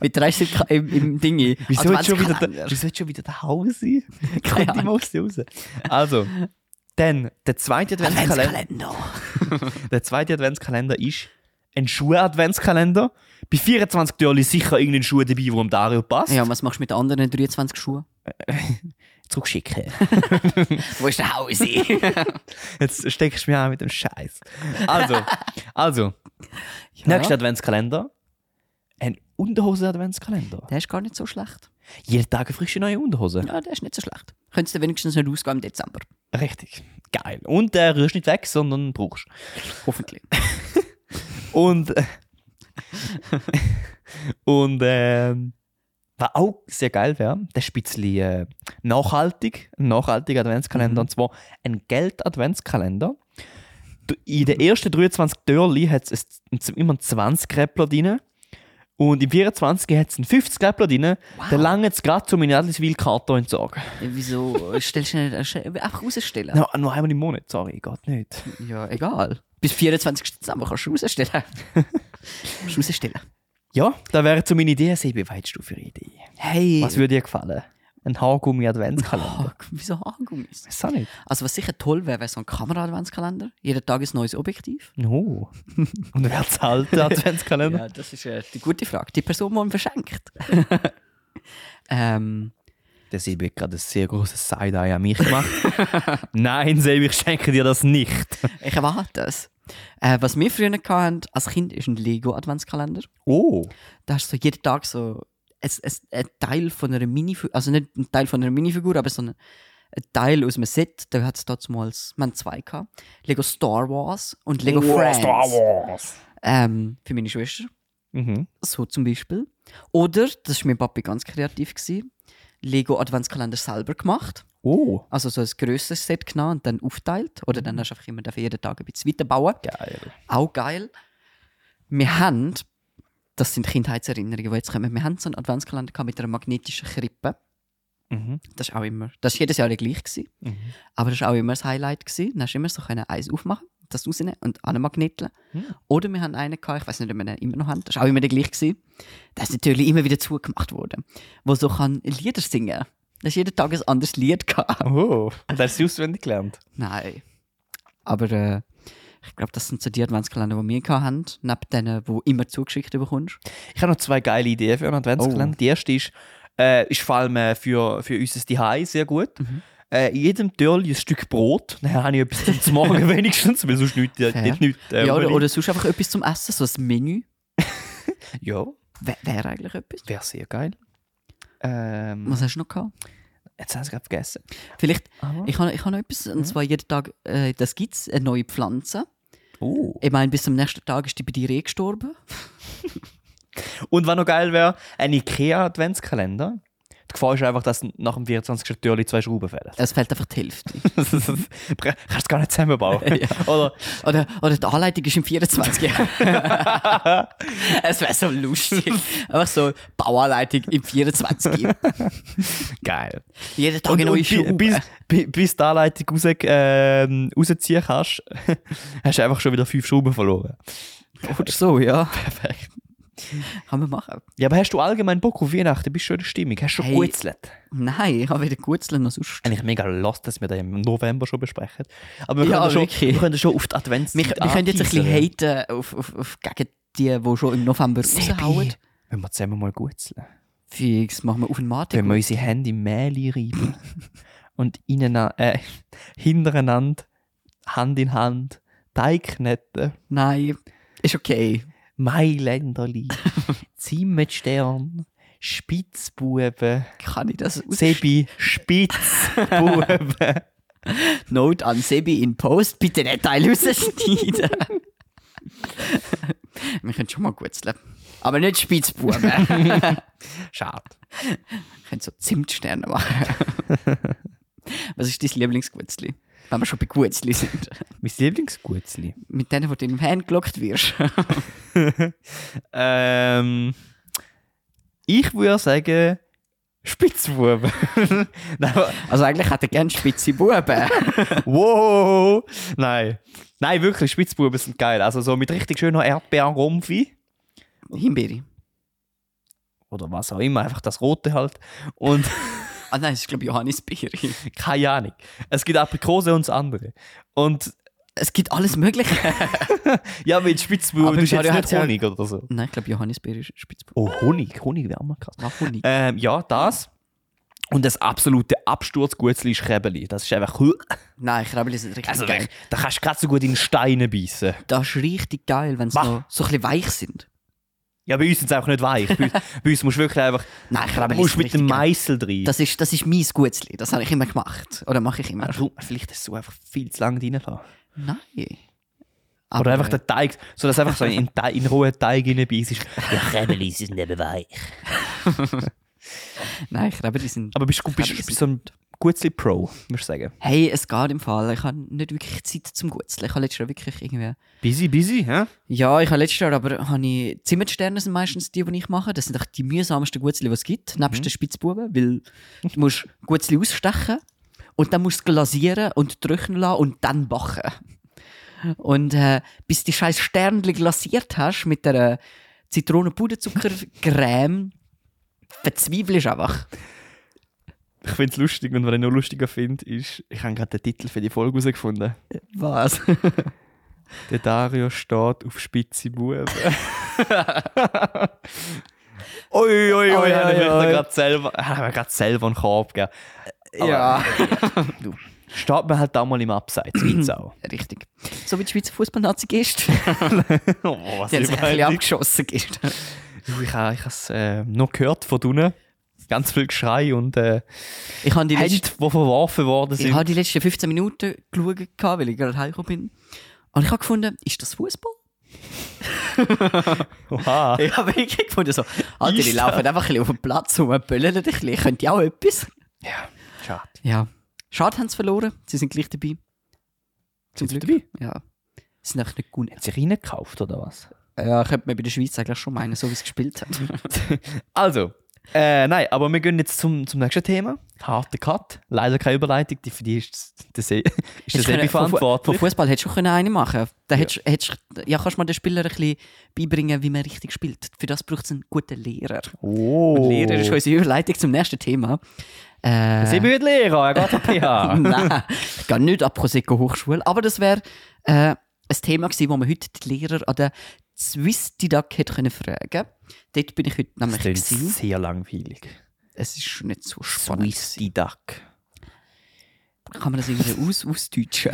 Mit 30 Ka- im, im Ding Wieso jetzt schon wieder der, Adventskalender. wieso jetzt schon wieder der Hau sein? Keine Kommt die Ahnung. Maus raus. Also, dann der zweite Adventskalender. Adventskalender. Der zweite Adventskalender ist ein Schuhe-Adventskalender. Bei 24 Türli sicher irgendein Schuh dabei, der dem Dario passt. Ja, und was machst du mit den anderen 23 Schuhen? zurückschicken. Wo ist der Hausi? Jetzt steckst du mich an mit dem Scheiß. Also, also nächster Adventskalender. Ein Unterhose-Adventskalender. Der ist gar nicht so schlecht. Jeden Tag eine frische neue Unterhose. Ja, der ist nicht so schlecht. Könntest du wenigstens nicht ausgehen im Dezember. Richtig. Geil. Und der rührst nicht weg, sondern brauchst. Hoffentlich. Und. äh, und. ähm, was auch sehr geil wäre, das ist ein bisschen äh, nachhaltig, ein nachhaltiger Adventskalender, und zwar ein Geld-Adventskalender. Du- In den ersten 23 Türchen hat es ein- immer einen 20-Räppler drin. Und im 24 hat es einen 50-Räppler drin. Wow. Der lange jetzt gerade, um meine Adelswil-Karte entsorgen. Wieso stellst du nicht einfach rausstellen? No, nur einmal im Monat, sorry, geht nicht. Ja, egal. Bis 24. Dezember kannst du rausstellen. kannst du rausstellen. Ja, da wäre so meine Idee, Sebi, was hättest du für eine Idee? Hey. Was würde dir gefallen? Ein Haargummi-Adventskalender? oh, wieso Haargummis? Weiß auch nicht. Also was sicher toll wäre, wäre so ein Kamera-Adventskalender. Jeden Tag ein neues Objektiv. No. Und wer zahlt den Adventskalender? Ja, das ist äh, die gute Frage. Die Person, die ihn verschenkt. ähm, Der Sebi hat gerade ein sehr großes Side-Eye an mich gemacht. Nein, Sebi, ich schenke dir das nicht. ich erwarte es. Äh, was wir früher hatten als Kind, ist ein Lego-Adventskalender. Oh. da hast du so jeden Tag so ein, ein, ein Teil von einer Minifigur, also nicht ein Teil von einer Minifigur, aber so ein, ein Teil aus einem Set. Da hat es damals, man zwei gehabt. Lego Star Wars und Lego Friends. Oh, Star Wars. Ähm, für meine Schwester, Mhm. so zum Beispiel. Oder, das war mein Papi ganz kreativ, gewesen, Lego Adventskalender selber gemacht. Oh. Also so ein grösseres Set genommen und dann aufteilt. Oder dann hast du einfach immer dafür jeden Tag ein bisschen weiterbauen. Geil. Auch geil. Wir haben, das sind Kindheitserinnerungen, die jetzt kommen, wir haben so einen Adventskalender gehabt mit einer magnetischen Krippe. Mhm. Das ist auch immer, das war jedes Jahr gleich. Gewesen, Mhm. aber das war auch immer das Highlight. Gewesen. Dann hast du immer so können Eis aufmachen, das rausnehmen und anmagneteln. Hm. Oder wir haben einen gehabt, ich weiß nicht, ob wir den immer noch haben, das war auch immer der gleiche. Gewesen. Der ist natürlich immer wieder zugemacht worden, wo so kann Lieder singen. Das ist jeden Tag ein anderes Lied gehabt. Oh. Und hast du auswendig gelernt? Nein. Aber äh, ich glaube, das sind so die Adventskalender, die wir gehabt haben, neben denen, die immer zugeschickt bekommst. Ich habe noch zwei geile Ideen für einen Adventskalender. Die erste ist, äh, ist vor allem äh, für, für unser Zuhause sehr gut. Äh, in jedem Türli ein Stück Brot. Dann habe ich etwas zum zu Morgen wenigstens, weil sonst nichts. Äh, Fair. nicht, nichts, äh, ja, oder, unbedingt. oder sonst einfach etwas zum Essen, so ein Menü. ja, Wä- Wäre eigentlich etwas. wäre sehr geil. Ähm, Was hast du noch gehabt? jetzt habe ich es gerade vergessen. Vielleicht, Aber- ich habe ich habe noch etwas, und zwar jeden Tag, äh, das gibt es, eine neue Pflanze. Oh. Ich meine, bis zum nächsten Tag ist die bei dir eh gestorben. Und was noch geil wäre, ein IKEA-Adventskalender. Die Gefahr ist einfach, dass nach dem 24. Türli zwei Schrauben fehlen. Es fehlt einfach die Hälfte. Das ist- Kannst du gar nicht zusammenbauen. Oder Oder, oder die Anleitung ist im 24. es wäre so lustig. Einfach so Bauanleitung im 24. geil. Jeden Tag Und, eine und neue bi- Schraube. bis, bi- bis die Anleitung raus, ähm, rausziehen kannst, hast du einfach schon wieder fünf Schrauben verloren. Oder so, ja. Kann man machen. Ja, aber hast du allgemein Bock auf Weihnachten? Bist du in der Stimmung? Hast du Hey. hey. geuzelt? Nein, ich habe weder Gutzeln noch sonst. Eigentlich mega lost, dass wir das im November schon besprechen. Aber wir, Ja, können, schon, wirklich. wir können schon auf die Adventszeit Wir, wir können jetzt ein bisschen anteasern. haten auf, auf, auf gegen die, die schon im November Sebi, raushauen. Wenn wir zusammen mal guzeln. Fix, machen wir auf den Martin. Wenn wir unsere Hände im Mehl reiben und innen, äh, hintereinander, Hand in Hand, Teignetten, Nein, ist okay. Mailänderli, Zimmetstern, Spitzbuben, Kann ich das aus- Sebi, Spitzbuben. Note an Sebi in Post, bitte nicht Teil rausschneiden. wir können schon mal gutzeln. Aber nicht Spitzbuben. wir Schade. können so Zimtsterne machen. Was ist dein Lieblingsgutzli? Wenn wir schon bei Gutzli sind. Mein Lieblingsgutzli. Mit denen, wo du in den Hand gelockt wirst. Ähm, ich würde sagen, Spitzbuben. Nein, Also eigentlich hätte er gerne spitze Buben. Wow! Nein. Nein, wirklich, Spitzbuben sind geil. Also so mit richtig schöner Erdbeerrumpfi. Himbeere. Oder was auch immer, einfach das Rote halt. Und Ah nein, es ist glaube ich Johannisbeere. keine Ahnung. Es gibt Aprikose und das andere. Und Es gibt alles Mögliche. ja, mit Aber Spitzbuben, du im hast jetzt Stadion nicht hat's ja- Honig oder so. nein, ich glaube Johannisbeere ist Spitzbuben. Oh, Honig. Honig wäre auch mal krass. Mach Honig. Ähm, ja, das. Und das absolute Absturzgutzli ist Krebeli. Das ist einfach. Nein, Krebeli sind richtig Also, geil. da kannst du gerade so gut in Steine beißen. Das ist richtig geil, wenn sie Mach. noch so ein bisschen weich sind. Ja, bei uns sind es einfach nicht weich. Bei, uns- bei uns musst du wirklich einfach. Nein, Krebeli musst sind mit richtig dem geil. Meißel drin. Das ist, das ist mein Gutzli. Das habe ich immer gemacht. Oder mache ich immer. Warum? Vielleicht hast du einfach viel zu lange reinlassen. Nein. Oder einfach das. den Teig, sodass einfach so in, den Teig- in rohen Teig reinbeißt. ist. Ja, Kremli sind eben weich. Nein, Krebeli sind. Aber bist du bist, Krebeli bist so ein Gutzli Pro, würdest du sagen. Hey, es geht im Fall. Ich habe nicht wirklich Zeit zum Gutzeln. Ich habe letztes Jahr wirklich irgendwie. Busy, busy, hä? Ja, ich habe letztes Jahr, aber habe ich Zimmersterne sind meistens die, die ich mache. Das sind doch die mühsamsten Gutzli, die es gibt, nebst den Spitzbuben, weil du musst Gutzli ausstechen und dann musst du es glasieren und trocknen lassen und dann backen. Und äh, bis die scheiß Sternli glasiert hast mit der äh, Zitronenpuderzuckercreme, verzweifelst du einfach. Ich finde es lustig und was ich noch lustiger finde, ist, ich habe gerade den Titel für die Folge herausgefunden. Was? Der Dario steht auf spitze Buben. ui, ui, ui, Oi, haben oi, wir oi. gerade selber, haben wir gerade selber einen Korb gegeben. ja. Steht man halt da mal im Abseits, gibt's auch. Richtig. So wie die Schweizer Fußballnazi gehst. Oh, was Die haben sich ein bisschen ich abgeschossen gehst. ich habe es äh, noch gehört von unten. Ganz viel Geschrei und äh, Ich habe die Hände, letzte die verworfen worden Ich sind. habe die letzten 15 Minuten geschaut, gehabt, weil ich gerade heimgekommen bin. Und ich habe gefunden, ist das Fußball? Oha. Ich habe wirklich gefunden, so, Alter, die Ist laufen einfach ein bisschen auf dem Platz rum, böllen ein bisschen, könnt ihr auch etwas? Ja, schade. Ja. Schade haben sie verloren, sie sind gleich dabei. Zum Sind Glück. sie Ja. Sie sind einfach nicht gut. Hat sie reingekauft oder was? Ja, könnte man bei der Schweiz eigentlich schon meinen, so wie es gespielt hat. Also, äh, nein, aber wir gehen jetzt zum, zum nächsten Thema. Harte Cut. Leider keine Überleitung, die, für die ist eh der Se- ist der Hättest können- Sebi von Fu- Von verantwortlich. Fußball hättest du schon eine machen können. Da hättest, hättest, ja, kannst du mal den Spielern ein bisschen beibringen, wie man richtig spielt. Für das braucht es einen guten Lehrer. Oh. Und Lehrer ist unsere Überleitung zum nächsten Thema. Äh, Sebi wird Oh. Lehrer, er geht an PH. Nein, ich gehe nicht an die Prosecco Hochschule. Aber das wäre äh, ein Thema gewesen, wo man heute die Lehrer an der Swiss Didac hätte können fragen können. Dort bin ich heute nämlich Das klingt gewesen. sehr langweilig. Es ist nicht so spannend. Swiss Didak. Kann man das irgendwie aus, ausdeutschen?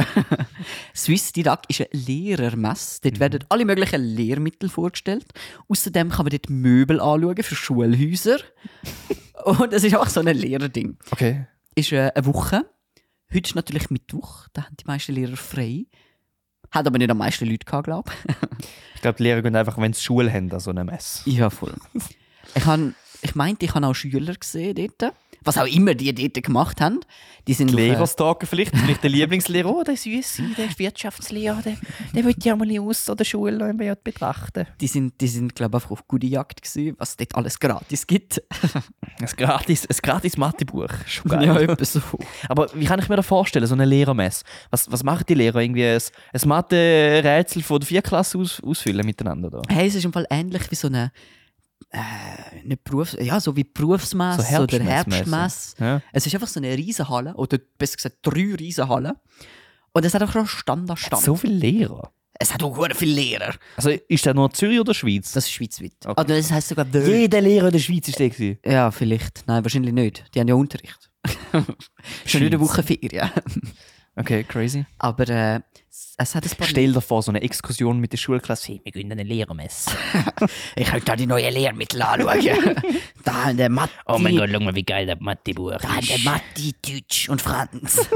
Swiss Didac ist eine Lehrermesse. Dort werden alle möglichen Lehrmittel vorgestellt. Außerdem kann man dort Möbel anschauen für Schulhäuser. Und es ist auch so ein Lehrerding. Okay. ist äh, eine Woche. Heute ist natürlich Mittwoch, da haben die meisten Lehrer frei. Hat aber nicht am meisten Leute gehabt, glaube Ich glaube, die Lehrer gehen einfach, wenn sie Schule haben, an so einem Mess. ich. Ja, voll. Ich, han, ich meinte, ich habe auch Schüler gesehen dort. Was auch immer die dort gemacht haben. Die sind auf, äh, Lehrerstalker vielleicht, vielleicht der Lieblingslehrer. Oh, der ist süß. Der ist Wirtschaftslehrer, der, der will ja mal aus an der Schule und will betrachten. die sind, die sind glaube ich, auf gute Jagd gewesen, was dort alles gratis gibt. Ein gratis, ein gratis Mathebuch. Schon geil. ja, etwa so. Aber wie kann ich mir das vorstellen, so eine Lehrermesse? Was, was machen die Lehrer? Irgendwie ein, ein Mathe-Rätsel von der Vierklasse aus, ausfüllen miteinander? Oder? Hey, es ist im Fall ähnlich wie so eine, äh, eine Berufs-, ja, so wie Berufsmesse So oder Herbstmesse. Also Herbstmesse. Ja. Es ist einfach so eine Riesenhalle, oder besser gesagt drei Riesenhallen. Und es hat einfach einen Standardstand. So viele Lehrer. Es hat auch sehr viele Lehrer. Also ist das nur Zürich oder Schweiz? Das ist schweizweit. Okay. Also das heisst sogar Welt. Jeder Lehrer in der Schweiz ist der. gewesen. Ja, vielleicht. Nein, wahrscheinlich nicht. Die haben ja Unterricht. Schon Scheiss. wieder Woche Ferien. Okay, crazy. Aber äh, es hat ein paar... Stell dir vor, so eine Exkursion mit der Schulklasse. Hey, wir gehen an eine Lehrermesse. ich könnte da die neuen Lehrmittel anschauen. da haben der Mathe... Oh mein Gott, schau mal, wie geil der Mathebuch Da haben der ist. Mathe, Deutsch und Franz.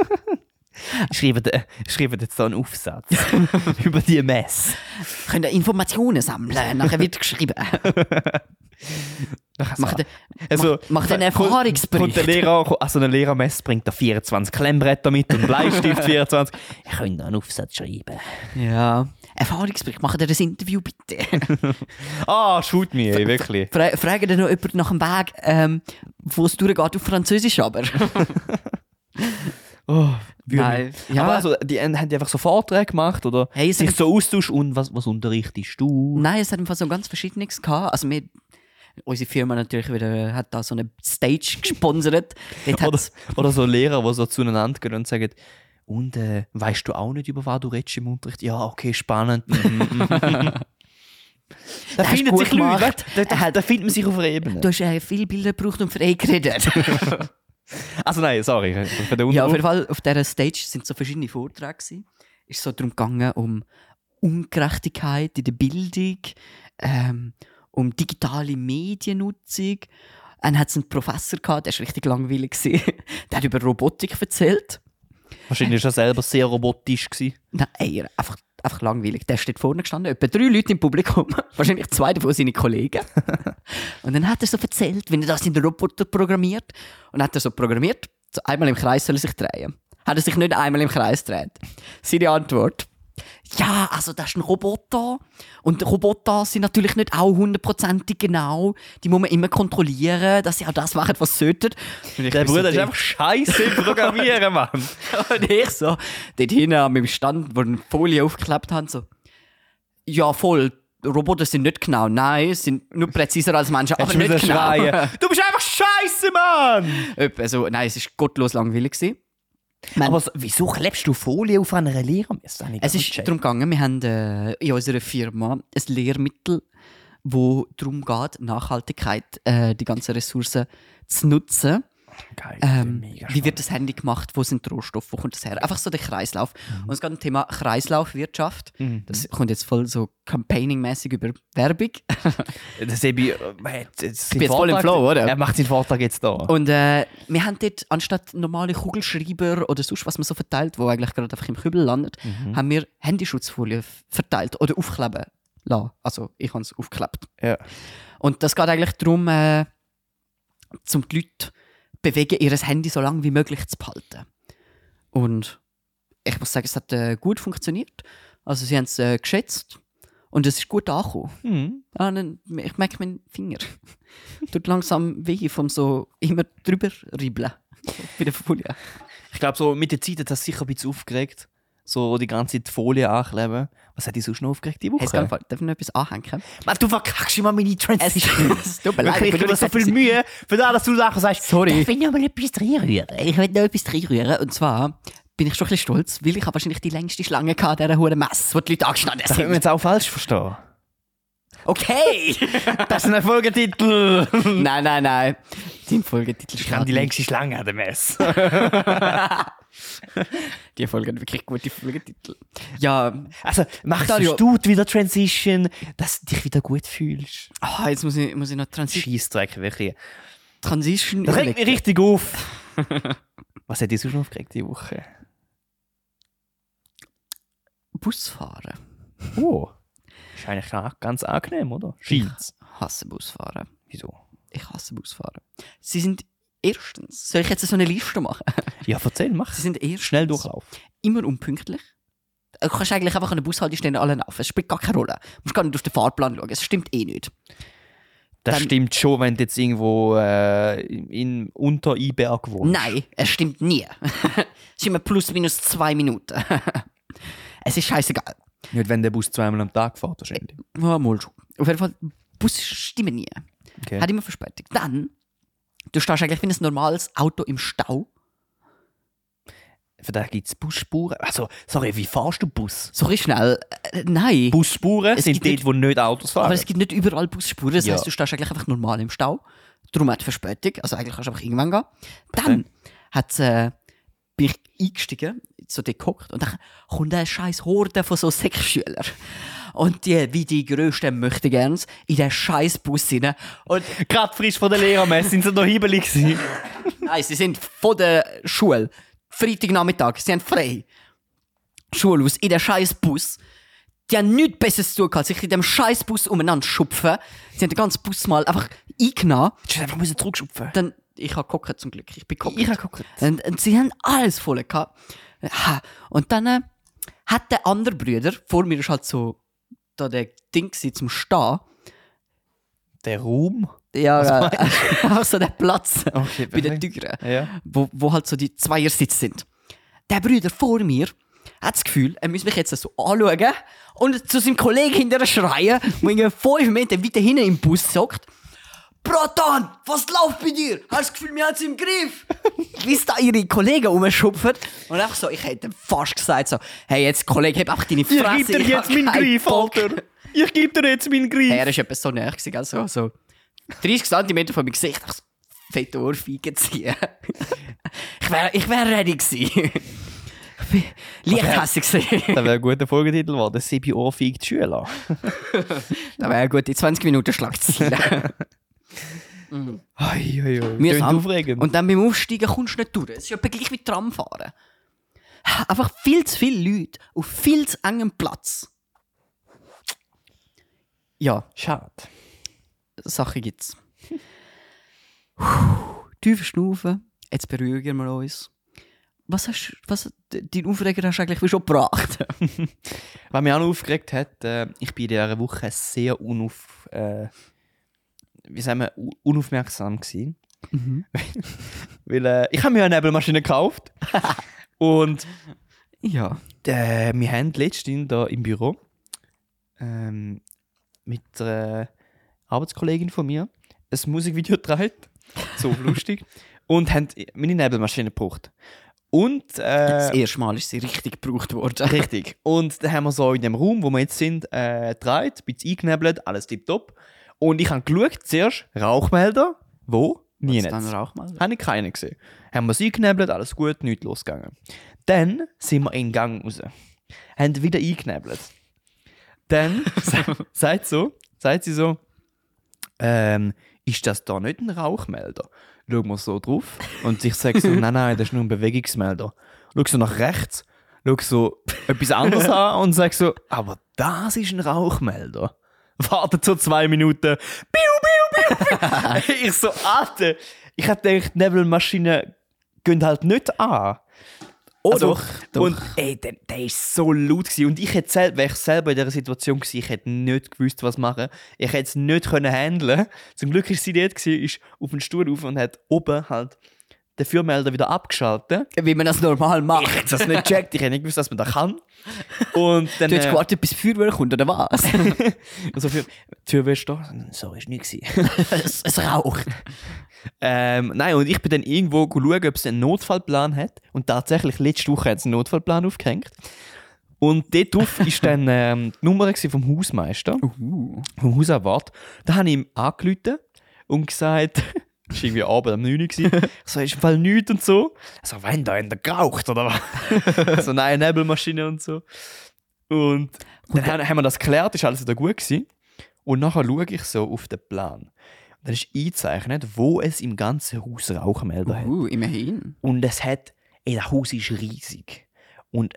schreiben, äh, schreiben jetzt so einen Aufsatz über die Messe. Können da Informationen sammeln. Nachher wird geschrieben. Macht Also, mach- mach den kommt- Erfahrungsbericht. Kommt der Lehrer, also eine Lehrermesse bringt da 24 Klemmbretter mit und Bleistift 24. Ich könnte noch einen Aufsatz schreiben. ja. Erfahrungsbericht. Machen dir ein Interview, bitte. Ah, shoot me, ey, wirklich. Fra fragen dann noch jemand nach dem Weg, ähm, wo es durchgeht auf Französisch aber. Oh, Nein. Ja. Aber also, die haben haben die einfach so Vorträge gemacht oder Hey, es sich hat- so austauscht und was, was unterrichtest du? Nein, es hat einfach so ganz verschiedenes gehabt. Also wir, unsere Firma natürlich wieder äh, hat da so eine Stage gesponsert. Dort Oder, hat's, oder so Lehrer, die so zueinander gehen und sagen, und äh, weißt du auch nicht, über was du redest im Unterricht? Ja, okay, spannend. Mhm, mhm. da hast findet gut sich Leute, gemacht. weißt du? da, da, da findet man sich auf einer Ebene. um du hast äh, viele Bilder gebraucht und frei geredet. Also nein, sorry. Für den Ja, auf Untergrund. jeden Fall, auf dieser Stage sind so verschiedene Vorträge. Es ist so darum gegangen, um Ungerechtigkeit in der Bildung, ähm, um digitale Mediennutzung. Dann hat es einen Professor gehabt, der war richtig langweilig. gewesen. der hat über Robotik erzählt. Wahrscheinlich war er selber sehr robotisch. Gewesen. Nein, ey, einfach, einfach langweilig. Der steht vorne gestanden, etwa drei Leute im Publikum, wahrscheinlich zwei davon seine Kollegen. Und dann hat er so erzählt, wenn er das in den Roboter programmiert. Und dann hat er so programmiert, so einmal im Kreis soll er sich drehen. Hat er sich nicht einmal im Kreis gedreht. Seine Antwort. Ja, also das ist ein Roboter. Und Roboter sind natürlich nicht auch hundertprozentig genau. Die muss man immer kontrollieren, dass sie auch das machen, was sie sollten. Und ich Der bin so Bruder ist drin- einfach scheiße im Programmieren, Mann. und ich so, dort hinten an meinem Stand, wo eine Folie aufgeklebt haben, so, ja voll, Roboter sind nicht genau, nein, sind nur präziser als Menschen, aber Hättest du nicht müssen genau. schreien. Du bist einfach scheiße, Mann! Etwa so, nein, es war gottlos langweilig. Gewesen. Man- Aber so, wieso klebst du Folie auf einer Lehre? Das habe ich Es gar ist nicht darum gegangen, wir haben äh, in unserer Firma ein Lehrmittel, wo darum geht, Nachhaltigkeit, äh, die ganzen Ressourcen zu nutzen. gecheckt. Geil, Ähm, mega wie wird das Handy gemacht? Wo sind die Rohstoffe? Wo kommt das her? Einfach so der Kreislauf. Und es geht um Thema Kreislaufwirtschaft. Das kommt jetzt voll so campaigning-mäßig über Werbung. Das Sebi, äh, hat- jetzt seinen jetzt voll im Vortrag- Flow, oder? Er macht seinen Vortrag jetzt da. Und äh, wir haben dort anstatt normale Kugelschreiber oder sonst was man so verteilt, wo eigentlich gerade einfach im Kübel landet, haben wir Handyschutzfolie f- verteilt oder aufkleben lassen. Also ich habe es aufgeklebt. Ja. Und das geht eigentlich darum, äh, zum die Leute bewegen, ihr Handy so lange wie möglich zu behalten. Und ich muss sagen, es hat äh, gut funktioniert. Also sie haben es äh, geschätzt und es ist gut angekommen. Mhm. Ah, nein, ich merke meinen Finger. Tut langsam weh vom so immer drüber ribbeln. Bei der Folie. Ich glaube, so mit der Zeit hat das sicher ein bisschen aufgeregt. So die ganze Zeit die Folie ankleben. Was hat dich sonst noch aufgeregt die Woche? Hast du okay. darf ich noch etwas anhängen? Mann, du verkackst immer meine Transition. es tut mir leid, Wirklich, ich gebe ich bin mir nur so so viel Mühe, für das, dass du Sachen sagst. Sorry. Ich will noch mal etwas reinrühren. Ich will noch etwas reinrühren. Und zwar bin ich schon ein bisschen stolz, weil ich habe wahrscheinlich die längste Schlange hatte an dieser hohen Messe, wo die Leute angestanden Das können wir sind. jetzt auch falsch verstehen. Okay! Das ist ein Folgetitel. nein, nein, nein. Dein Folgetitel Ich kann schadet die nicht. längste Schlange an der Messe. Die Folge hat wirklich gute Folgetitel. Ja, Also, mach Dario. sonst du wieder Transition, dass du dich wieder gut fühlst. ah, jetzt muss ich, muss ich noch Transi Scheissdreck, wirklich. Transition Das regt überlegen. mich richtig auf. Was hat dich sonst noch aufgeregt die Woche? Bus fahren. Oh. Ist eigentlich auch ganz angenehm, oder? Scheint's. hasse Busfahren. Wieso? Ich hasse Busfahren. Sie sind erstens, soll ich jetzt so eine Liste machen? Ja, erzähl, mach. Sie sind erstens Schnell durchlaufen. immer unpünktlich. Du kannst eigentlich einfach an der Bushaltestelle alle laufen. Es spielt gar keine Rolle. Du musst gar nicht auf den Fahrplan schauen. Es stimmt eh nicht. Das Dann- stimmt schon, wenn du jetzt irgendwo äh, in unter Iberg wohnst. Nein, es stimmt nie. es sind immer plus minus zwei Minuten. es ist scheißegal. Nicht, wenn der Bus zweimal am Tag fährt, wahrscheinlich. Ja, mal schon. Auf jeden Fall, Bus stimmen nie. Okay. Hat immer Verspätung. Dann, du stehst eigentlich wie ein normales Auto im Stau. Für den gibt es Busspuren. Also, sorry, wie fährst du Bus? So richtig schnell. Äh, nein. Busspuren Es sind gibt dort, nicht- wo nicht Autos fahren. Aber es gibt nicht überall Busspuren, das Ja. heisst, du stehst eigentlich einfach normal im Stau. Darum hat Verspätung, also eigentlich kannst du einfach irgendwann gehen. Dann hat, äh, bin ich eingestiegen, so dort gehockt und dann kommt eine scheiß Horde von so Sechsschülern. Und die, wie die Größten, möchte gerns in den scheiß Bus rein. Und Gerade frisch von der Lehrermesse sind sie noch hibbelig gewesen. Nein, sie sind von der Schule. Freitagnachmittag, sie haben frei. Schule aus, in den scheiß Bus. Die haben nichts Besseres zu tun, gehabt, sich in dem scheiß Bus umeinander schupfen. Sie haben den ganzen Bus mal einfach eingenommen. Du musst einfach müssen zurückschupfen. Dann, ich habe geguckt zum Glück, ich bin geguckt. Ich hab geguckt. Und, und sie haben alles voll gehabt. Ha, Und dann äh, hat der andere Bruder, vor mir ist halt so da der Ding gewesen zum Stehen. Der Raum? Ja, ja. Einfach so der Platz Okay, bei den perfekt. Türen Ja. wo, wo halt so die Zweiersitze sind. Der Bruder vor mir hat das Gefühl, er muss mich jetzt so anschauen und zu seinem Kollegen hinterher schreien, der irgendwie fünf Meter weiter hinten im Bus sagt, Bratan, was läuft bei dir? Hast du das Gefühl, wir haben es im Griff? Wie es da ihre Kollegen rumschupfen. Und einfach so, ich hätte fast gesagt so, hey jetzt Kollege, hab einfach deine Ich Fresse. geb dir hab jetzt meinen keinen Griff, Bock. Alter. Ich geb dir jetzt meinen Griff. Hey, er ist etwas so näher gewesen, also so 30 cm von meinem Gesicht. Ich so, fette Ohrfeige ziehen. ich wäre ich wär ready gewesen. Ich bin leicht hässig gewesen. Das wäre ein guter Folgetitel geworden. Sebi Ohr feigt die Schüler. Das wäre gut, in 20 Minuten Schlagzeilen. Oi, oi, oi. Mühsam. Tönt aufregend. Und dann beim Aufsteigen kommst du nicht durch. Es ist etwa gleich wie Tramfahren. Einfach viel zu viele Leute auf viel zu engem Platz. Ja, schade. Sachen gibt's. Tief schnaufen, jetzt beruhigen wir uns. Was hast was, dein Aufreger hast du eigentlich schon gebracht? Was mich auch noch aufgeregt hat, äh, ich bin in dieser Woche sehr unauf, äh, wie sagen wir, un- unaufmerksam gewesen. Mhm. Weil äh, ich habe mir eine Nebelmaschine gekauft. und Ja. äh, wir haben letztens da im Büro ähm, mit einer Arbeitskollegin von mir ein Musikvideo gedreht. So lustig. Und haben meine Nebelmaschine gebraucht. Und äh, das erste Mal ist sie richtig gebraucht worden. Richtig. Und dann haben wir so in dem Raum, wo wir jetzt sind, äh, gedreht, ein bisschen eingenebelt, alles tipptopp. Und ich habe geschaut, zuerst Rauchmelder, wo? Nie nicht. Dann rauch mal. Habe ich keinen gesehen. Haben wir sie eingenebelt, alles gut, nichts losgegangen. Dann sind wir in den Gang raus. Haben wieder eingenebelt. Dann se- sagt, so, sagt sie so, ähm, ist das da nicht ein Rauchmelder? Schauen wir so drauf. Und ich sage so, nein, nein, das ist nur ein Bewegungsmelder. Schau so nach rechts, schau so etwas anderes an und sag so, aber das ist ein Rauchmelder. Wartet so zwei Minuten. Piu, piu, piu, piu. ich so, Alter, ich hab gedacht, Nebelmaschinen gehen halt nicht an. Oh, doch, Also, doch. Und ey, der, der ist so laut gewesen. Und ich hätte selber, wäre ich selber in dieser Situation gewesen, ich hätte nicht gewusst, was machen. Ich hätte es nicht können handeln. Zum Glück ist sie dort gewesen, ist auf den Stuhl auf und hat oben halt den Feuermelder wieder abgeschaltet. Wie man das normal Ich macht. hätte das nicht gecheckt, ich hätte nicht gewusst, dass man das kann. Und dann. Du hast äh, gewartet, bis Feuerwehr kommt, oder was? und so für, Tür willst du Sorry, ist nichts. es, es raucht. Ähm, nein, und ich bin dann irgendwo schauen, ob es einen Notfallplan hat. Und tatsächlich, letzte Woche hat es einen Notfallplan aufgehängt. Und dort drauf war dann ähm, die Nummer gewesen vom Hausmeister, Uh, vom Hausabwart. Da habe ich ihm angerufen und gesagt, es war irgendwie Abend am 9 Uhr. gewesen. Ich so, ist im Fall nichts und so. Ich so, wenn da in der geraucht oder was? so, nein, Nebelmaschine und so. Und dann haben, haben wir das geklärt, ist alles wieder gut gewesen. Und nachher schaue ich so auf den Plan. Und dann ist eingezeichnet, wo es im ganzen Haus Rauchmelder hat. Uh, immerhin. Und es hat, ey, das Haus ist riesig. Und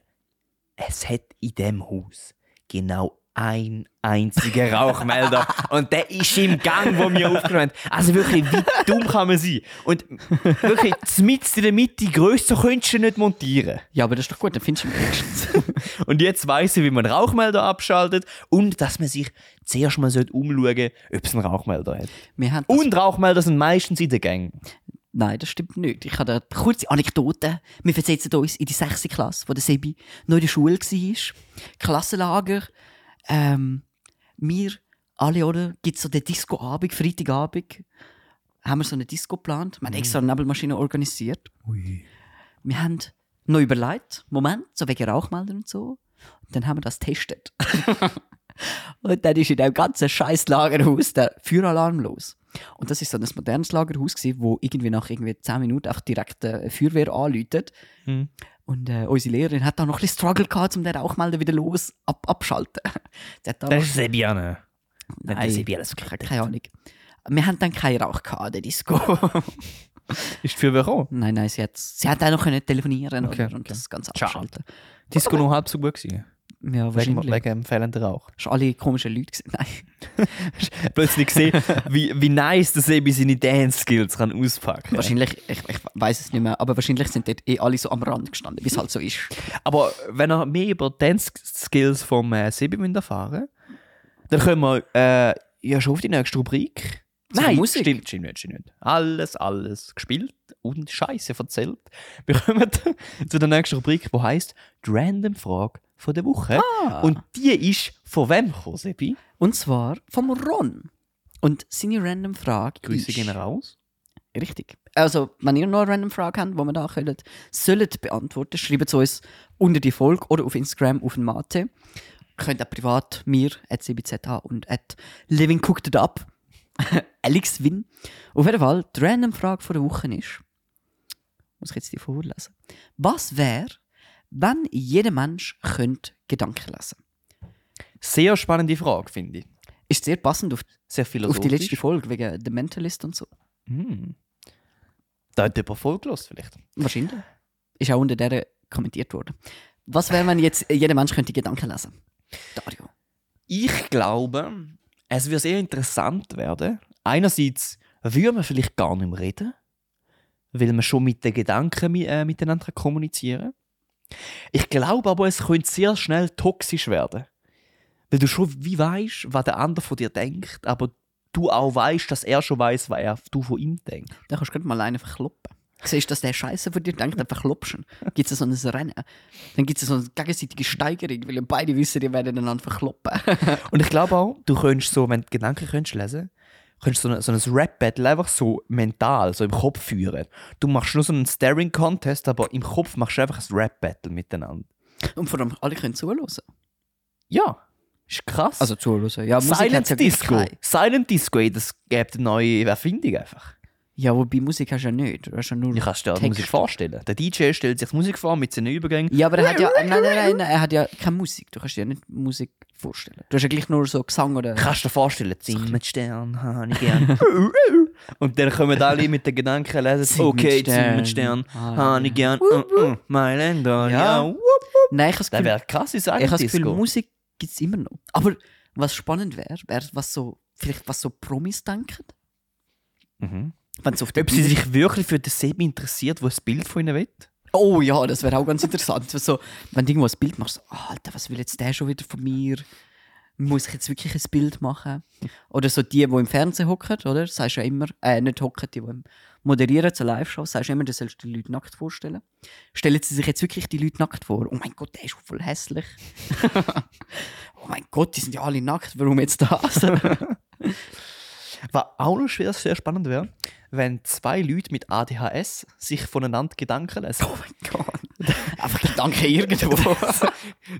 es hat in dem Haus genau ein einziger Rauchmelder. Und der ist im Gang, wo wir aufgenommen haben. Also wirklich, wie dumm kann man sein? Und wirklich, mitten in der Mitte, grösser könntest du nicht montieren. Ja, aber das ist doch gut, dann findest du ihn wenigstens. Und jetzt weiss ich, wie man Rauchmelder abschaltet und dass man sich zuerst mal umschauen sollte, ob es einen Rauchmelder hat. Wir haben das- Und Rauchmelder sind meistens in den Gängen. Nein, das stimmt nicht. Ich habe da eine kurze Anekdote. Wir versetzen uns in die sechste Klasse, wo der Sebi noch in der Schule war. Klassenlager. Ähm, wir alle, oder? Gibt so den Disco-Abend, Freitagabend. Haben wir so eine Disco geplant. Wir haben extra eine Nebelmaschine organisiert. Wir haben noch überlegt, Moment, so wegen Rauchmeldern und so. Und dann haben wir das getestet. Und dann ist in dem ganzen scheiß Lagerhaus der Feueralarm los. Und das ist so ein modernes Lagerhaus, gewesen, wo irgendwie nach irgendwie 10 Minuten einfach direkt äh, Feuerwehr anläutet. Mhm. Und äh, unsere Lehrerin hat da noch ein bisschen Struggle gehabt, um den Rauchmelder wieder los ab abschalten. Sie hat da noch- Das ist Sebiane. Nein, das ist wie alles keine, keine Ahnung. Wir haben dann keinen Rauch gehabt an der Disco. Ist für gekommen. nein, nein, sie hat, sie hat auch noch können telefonieren Okay, oder, und okay. das Ganze Schade. abschalten. Disco noch halb so gut gewesen. Wegen, Ja, wahrscheinlich. wegen dem fehlenden Rauch. Hast du alle komischen Leute gesehen? Nein. Plötzlich gesehen, wie, wie nice der Sebi seine Dance-Skills kann auspacken kann. Wahrscheinlich, ich, ich weiß es nicht mehr, aber wahrscheinlich sind dort eh alle so am Rand gestanden, wie es halt so ist. Aber wenn ihr mehr über Dance-Skills vom äh, Sebi müsst erfahren dann können wir äh, ja schon auf die nächste Rubrik. Zur Musik? stimmt, stimmt nicht, stimmt nicht. Alles, alles gespielt und Scheiße erzählt. Wir kommen zu der nächsten Rubrik, die heisst die Random Frage von der Woche. Ah. Und die ist, von wem gekommen, Sebi? Und zwar vom Ron. Und seine random Frage Grüße ist, gehen raus. Richtig. Also, wenn ihr noch eine random Frage habt, die wir da können, sollt beantworten, schreibt es uns unter die Folge oder auf Instagram auf den Mate. Könnt auch privat mir, at cbzh und at livingcookedup Alex Win. Auf jeden Fall, die Random-Frage der Woche ist, muss ich jetzt die vorlesen, was wäre, wenn jeder Mensch könnte Gedanken lesen Sehr spannende Frage, finde ich. Ist sehr passend auf, Sehr auf philosophisch. die letzte Folge wegen The Mentalist und so. Hm. Da hat jemand voll gelost vielleicht. Wahrscheinlich. Ist auch unter der kommentiert worden. Was wäre, wenn jetzt jeder Mensch könnte Gedanken lesen? Dario. Ich glaube, es wird sehr interessant werden. Einerseits würde man vielleicht gar nicht mehr reden, weil man schon mit den Gedanken mi- äh, miteinander kann kommunizieren Ich glaube aber, es könnte sehr schnell toxisch werden. Weil du schon wie weißt, was der andere von dir denkt, aber du auch weißt, dass er schon weiß, was er, du von ihm denkst. Da kannst du gerade mal einen verkloppen. Siehst du, dass der Scheiße von dir denkt, dann verklopfst du ihn. Gibt es so ein Rennen. Dann gibt es so eine gegenseitige Steigerung, weil beide wissen, die werden einander verkloppen. Und ich glaube auch, du könntest so, wenn du Gedanken könntest lesen könntest, so, ein- so ein Rap-Battle einfach so mental, so im Kopf führen. Du machst nur so einen Staring-Contest, aber im Kopf machst du einfach ein Rap-Battle miteinander. Und vor allem, alle können zuhören. Ja, ist krass. Also zuhören, ja. Musik hat's ja Silent gleich Disco. keine. Silent Disco, ey, das gibt eine neue Erfindung einfach. Ja, wobei Musik hast du ja nicht. Du hast ja nur Du kannst dir die Text. Musik vorstellen. Der DJ stellt sich die Musik vor mit seinen Übergängen. Ja, aber er hat ja, nein, nein, nein, nein, er hat ja keine Musik. Du kannst dir ja nicht Musik vorstellen. Du hast ja gleich nur so Gesang oder... Kannst du dir vorstellen, Zimmerstern habe ich gern. Und dann kommen alle mit Ah, den Gedanken lesen, okay, Zimmerstern habe ich gern. Uh, uh, Mailänder, Ja. ja. wup. Nein, ich habe das Das Gefühl, wäre krass, ich ich sage habe das Gefühl, Disco. Musik gibt es immer noch. Aber was spannend wäre, wäre, was so, vielleicht was so Promis denken. Mhm. Wenn sie auf der Ob sie Bühne- sich wirklich für das Semi interessiert, wo das Bild von ihnen will? Oh ja, das wäre auch ganz interessant. So, wenn du irgendwo ein Bild machst, so, ah, Alter, was will jetzt der schon wieder von mir? Muss ich jetzt wirklich ein Bild machen? Oder so die, die im Fernsehen hocken, oder? Sagst ja immer, äh, nicht hocken, die, die im moderieren zur Live-Show, sagst ja immer, du sollst die Leute nackt vorstellen. Stellen sie sich jetzt wirklich die Leute nackt vor? Oh mein Gott, der ist voll hässlich. oh mein Gott, die sind ja alle nackt, warum jetzt das? Was auch noch schwer, sehr spannend wäre, wenn zwei Leute mit ADHS sich voneinander Gedanken lesen. Oh mein Gott. Einfach Gedanken irgendwo.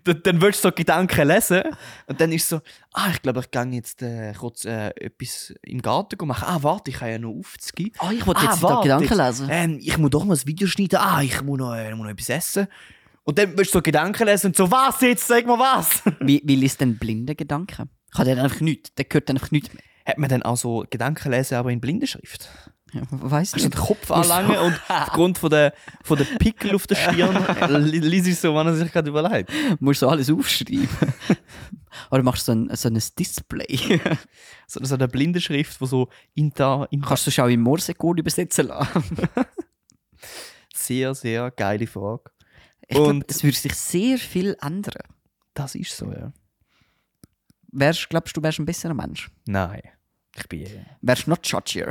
dann, dann willst du so Gedanken lesen und dann ist so, ah, ich glaube, ich gehe jetzt äh, kurz äh, etwas im Garten go machen. Ah, warte, ich habe ja noch aufzugehen. Ah, ich wollte Ah, jetzt da warte, Gedanken jetzt- lesen. Ähm, ich muss doch mal ein Video schneiden. Ah, ich muss noch, äh, muss noch etwas essen. Und dann willst du so Gedanken lesen und so, was jetzt? Sag mal was! Wie, wie liest denn blinde Gedanken? Kann der dann einfach nichts? Der gehört dann einfach nichts mehr. Hat man dann auch so Gedanken lesen, aber in Blindenschrift? Ja, weißt Kannst du du? den Kopf anlangen und aufgrund von der, von der Pickel auf der Stirn äh, li- liest du so, wann er sich gerade überlegt. Musst du alles aufschreiben? Oder machst du so ein, so ein Display? So, so eine Blindenschrift, die so inter, inter Kannst du es auch im Morsecode übersetzen lassen? sehr, sehr geile Frage. Ich glaube, Und- es würde sich sehr viel ändern. Das ist so, ja. Wärst, glaubst du, wärst ein besserer Mensch? Nein. Ich bin. Wärst not judgier?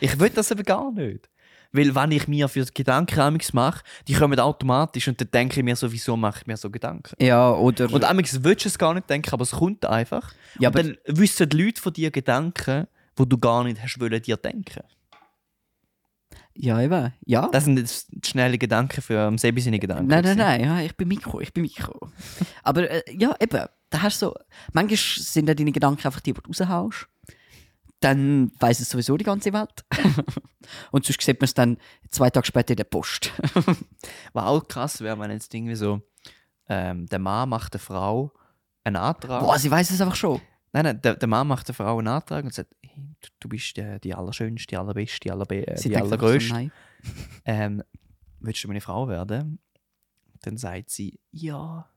Ich will das eben gar nicht. Weil, wenn ich mir für die Gedanken amigs mache, die kommen automatisch und dann denke ich mir so, wieso mache ich mir so Gedanken? Ja, oder... Und amigs willst du es gar nicht denken, aber es kommt einfach. äh, ja, Und aber, dann wissen die Leute von dir Gedanken, wo du gar nicht hast wollen, dir denken. ja, eben. Ja. Das sind jetzt schnelle Gedanken für ähm, Sebi seine Gedanken. Nein, nein, nein, ja, ich bin Mikro, ich bin Mikro. Aber äh, ja, eben, da hast du so, manchmal sind ja deine Gedanken einfach die, die du raushaust. Dann weiß es sowieso die ganze Welt. Und sonst sieht man es dann zwei Tage später in der Post. Was auch krass wäre, wenn jetzt irgendwie so, ähm, der Mann macht der Frau einen Antrag. Boah, sie weiß es einfach schon. Nein, nein, der, der Mann macht der Frau einen Antrag und sagt, hey, du, du bist äh, die, die Allerschönste, die Allerbeste, die, Allerbe äh, Sie die denkt einfach Allergrößte. So, nein. ähm, willst du meine Frau werden? Dann sagt sie, ja.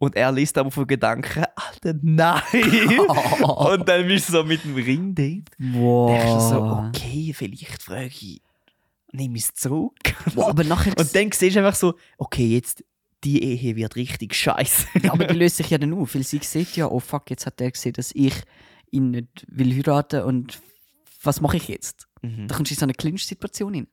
Und er liest aber von Gedanken, Alter, nein. und dann bist du so mit dem Ring-Date. Denkst du Wow. so, okay, vielleicht frage ich, nimm es zurück. Boah, aber nachher. Und dann siehst du einfach so, okay, jetzt die Ehe wird richtig scheiße. Ja, aber die löst sich ja dann auf, weil sie sieht ja, oh fuck, jetzt hat er gesehen, dass ich ihn nicht will heiraten und was mache ich jetzt? Mhm. Da kommst du in so eine Clinch-Situation hin.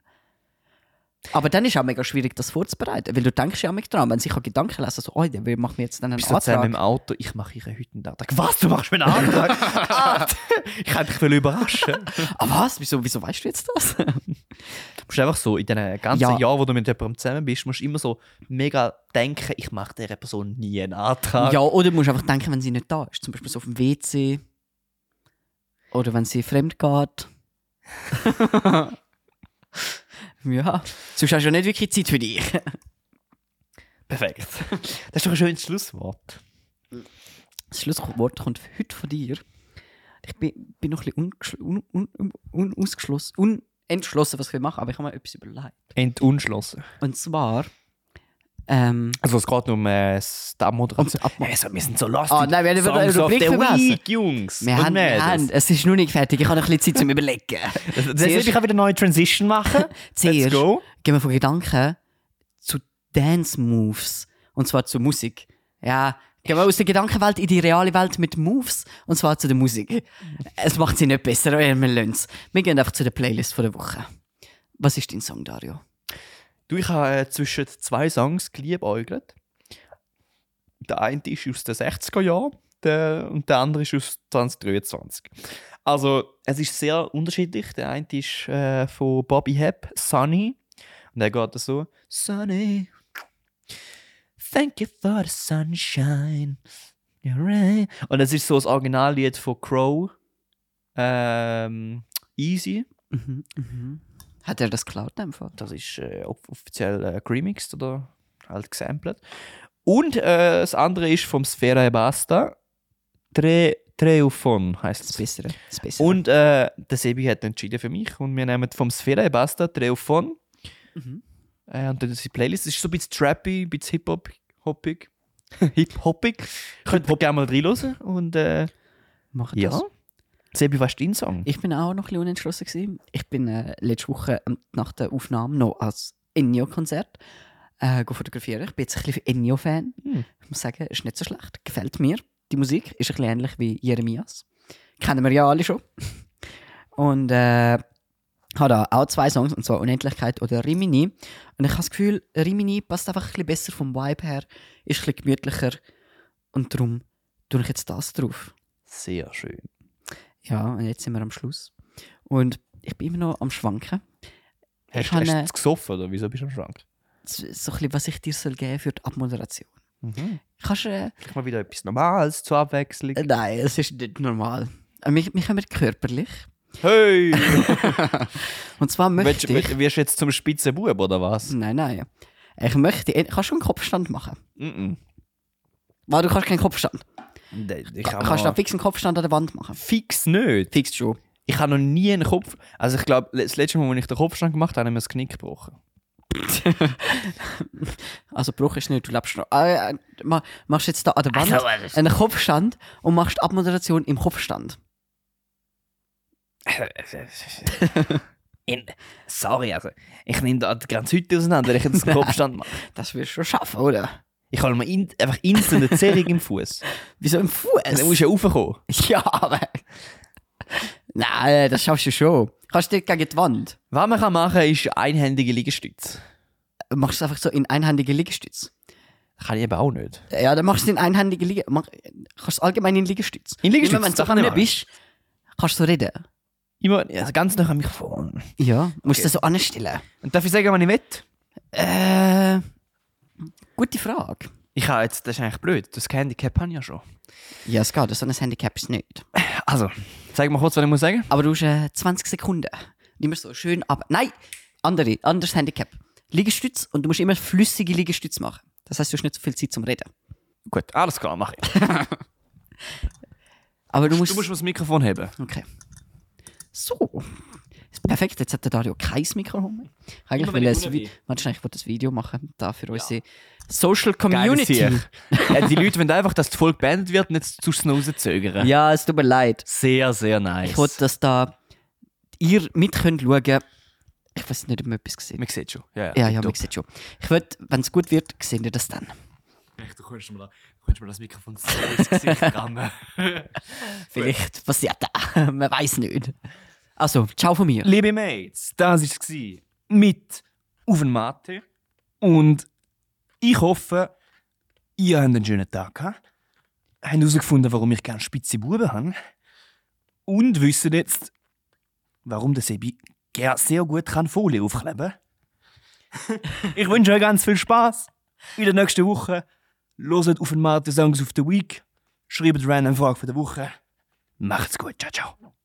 Aber dann ist auch mega schwierig, das vorzubereiten, weil du denkst ja auch mega dran, wenn sich Gedanken lesen, so, oh, der macht mir jetzt dann einen Bist du zusammen im Antrag. Auto? Ich mache ihren heute einen Antrag. Was, du machst mir einen Antrag? Ah, ich hätte dich wollen überraschen Ah, was? Wieso, wieso weißt du jetzt das? Du musst einfach so, in den ganzen Ja. Jahren, wo du mit jemandem zusammen bist, musst du immer so mega denken, ich mache dieser Person nie einen Antrag. ja, oder du musst einfach denken, wenn sie nicht da ist, zum Beispiel so auf dem WC. Oder wenn sie fremd geht. ja, sonst hast du ja nicht wirklich Zeit für dich. Perfekt. Das ist doch ein schönes Schlusswort. Das Schlusswort kommt heute von dir. Ich bin, bin noch ein bisschen un, un, un, unausgeschlossen, unentschlossen, was ich machen will, aber ich habe mir etwas überlegt. Entunschlossen. Und zwar. Ähm, Also es geht um äh, das- die Abmoderation. Abmo- Also, wir sind so lustig. Ah, nein, wir haben Songs den of Rubrik the vergessen. Week, Jungs. wir und haben, wir Mädels. haben, es ist noch nicht fertig, ich habe noch ein bisschen Zeit zum Überlegen. Das will ich auch wieder eine neue Transition machen. Let's Zuerst go. gehen wir von Gedanken zu Dance Moves. Und zwar zu Musik. Ja, gehen wir aus der Gedankenwelt in die reale Welt mit Moves. Und zwar zu der Musik. Es macht sie nicht besser, aber wir lassen es. Wir gehen einfach zu der Playlist von der Woche. Was ist dein Song, Dario? Du, ich habe äh, zwischen zwei Songs geliebäugelt. Der eine ist aus den 60er Jahren der, und der andere ist aus 2023. Also, es ist sehr unterschiedlich. Der eine ist äh, von Bobby Hebb, Sunny. Und der geht so: Sunny, thank you for the sunshine. You're right. Und es ist so das Originallied von Crow, ähm, Easy. Mhm, Hat er das geklaut, in dem Fall? Das ist äh, off- offiziell äh, remixed oder halt gesampelt. Und äh, das andere ist vom Sfera e Basta. Tre, Treufon Das heißt es. Bessere. Das Bessere. Und äh, der Sebi hat entschieden für mich. Und wir nehmen vom Sfera e Basta Treufon. Mhm. Äh, und dann ist die Playlist. Es ist so ein bisschen trappy, ein bisschen hip-hop-hoppig. Hip-hoppig. Könnt ihr gerne mal reinhören. Und äh, Mach das. ja. Sebi, was ist dein Song? Ich bin auch noch ein bisschen unentschlossen. Gewesen. Ich bin äh, letzte Woche ähm, nach der Aufnahme noch als Ennio-Konzert äh, go fotografieren. Ich bin jetzt ein bisschen Ennio-Fan. Hm. Ich muss sagen, ist nicht so schlecht. Gefällt mir. Die Musik ist ein bisschen ähnlich wie Jeremias. Kennen wir ja alle schon. Und äh, habe da auch zwei Songs, und zwar Unendlichkeit oder Rimini. Und ich habe das Gefühl, Rimini passt einfach ein bisschen besser vom Vibe her, ist ein bisschen gemütlicher. Und darum tue ich jetzt das drauf. Sehr schön. Ja, und jetzt sind wir am Schluss. Und ich bin immer noch am Schwanken. Hast, habe, hast du äh, es gesoffen oder wieso bist du am Schrank? So so ein bisschen, was ich dir soll geben für die Abmoderation. Kannst du. Äh, Vielleicht mal wieder etwas Normales zur Abwechslung. äh, nein, es ist nicht normal. Äh, Mich, mich haben wir körperlich. Hey! Und zwar möchte Möchtest, ich. möchtest, wirst du jetzt zum Spitzenbub oder was? Nein, nein. Ich möchte. äh, Kannst du einen Kopfstand machen? Mhm. Weil du kannst keinen Kopfstand. Ich Ka- kann kannst du mal- einen fixen Kopfstand an der Wand machen? fix nicht. Fix schon. Ich habe noch nie einen Kopf. Also ich glaube, das letzte Mal, als ich den Kopfstand gemacht habe, habe ich mir das Knick gebrochen. Also Bruch ist nicht, du lebst noch. Äh, äh, ma- machst jetzt da an der Wand Also, einen Kopfstand und machst die Abmoderation im Kopfstand. also, In, sorry, also ich nehme da die ganze Hütte auseinander, wenn ich jetzt einen Kopfstand mache. Das wirst du schon schaffen, oder? Ich habe mir in, einfach instant eine Zerrung im Fuß. Also, Wieso im Fuß? Dann musst du ja raufkommen. Ja, aber. Nein, äh, das schaffst du schon. Kannst du nicht gegen die Wand. Was man kann machen kann, ist einhändige Liegestütze. Machst du es einfach so in einhändige Liegestütz. Kann ich eben auch nicht. Ja, dann machst du es in einhändige Liegestütz. Mach, kannst du allgemein in Liegestütz. In Liegestütz, Immer wenn du das kann ich so machen. bist, kannst du so reden. Immer also ganz nah am Mikrofon. Ja, musst Okay. du so anstellen. Und darf ich sagen, was ich will? Äh. Gute Frage. Ich habe jetzt, das ist eigentlich blöd, das Handicap habe ich ja schon. Ja, es geht. So ein Handicap ist nicht. Also, sag mal kurz, was ich muss sagen. Aber du hast äh, 20 Sekunden. Immer so schön ab. Nein! Andere, anderes Handicap. Liegestütz und du musst immer flüssige Liegestütze machen. Das heißt, du hast nicht so viel Zeit zum Reden. Gut, alles klar, mach ich. Aber du Du musst. musst, du musst das Mikrofon heben. Okay. So. Ist perfekt, jetzt hat der Dario kein Mikrofon mehr. Eigentlich Immer will wenn er ich ein unten Vi- Warte, ich will das Video machen, da für unsere Social Geiles Community. Sieg. ja, die Leute wollen einfach, dass die Folge beendet wird und jetzt tust du es noch zögern. Ja, es tut mir leid. Sehr, sehr nice. Ich wollte, dass da ihr mit könnt schauen könnt. Ich weiß nicht, ob man etwas sieht. Man sieht schon. Ja, Ja, ja, man tipptopp. sieht schon. Ich würde, wenn es gut wird, sehen wir das dann. Du kannst mir, da, du kannst mir das Mikrofon so ins Gesicht rammen. Vielleicht passiert das. man weiß nicht. Also, ciao von mir. Liebe Mates, das war es mit Auf den Mate. Und ich hoffe, ihr habt einen schönen Tag gehabt. Habt herausgefunden, warum ich gerne spitze Buben habe. Und wisst jetzt, warum der Sebi gern sehr gut kann Folie aufkleben kann. ich wünsche euch ganz viel Spaß in der nächsten Woche. Loset auf den Mate Songs of the Week. Schreibt random Frage für die Woche. Macht's gut. Ciao, ciao.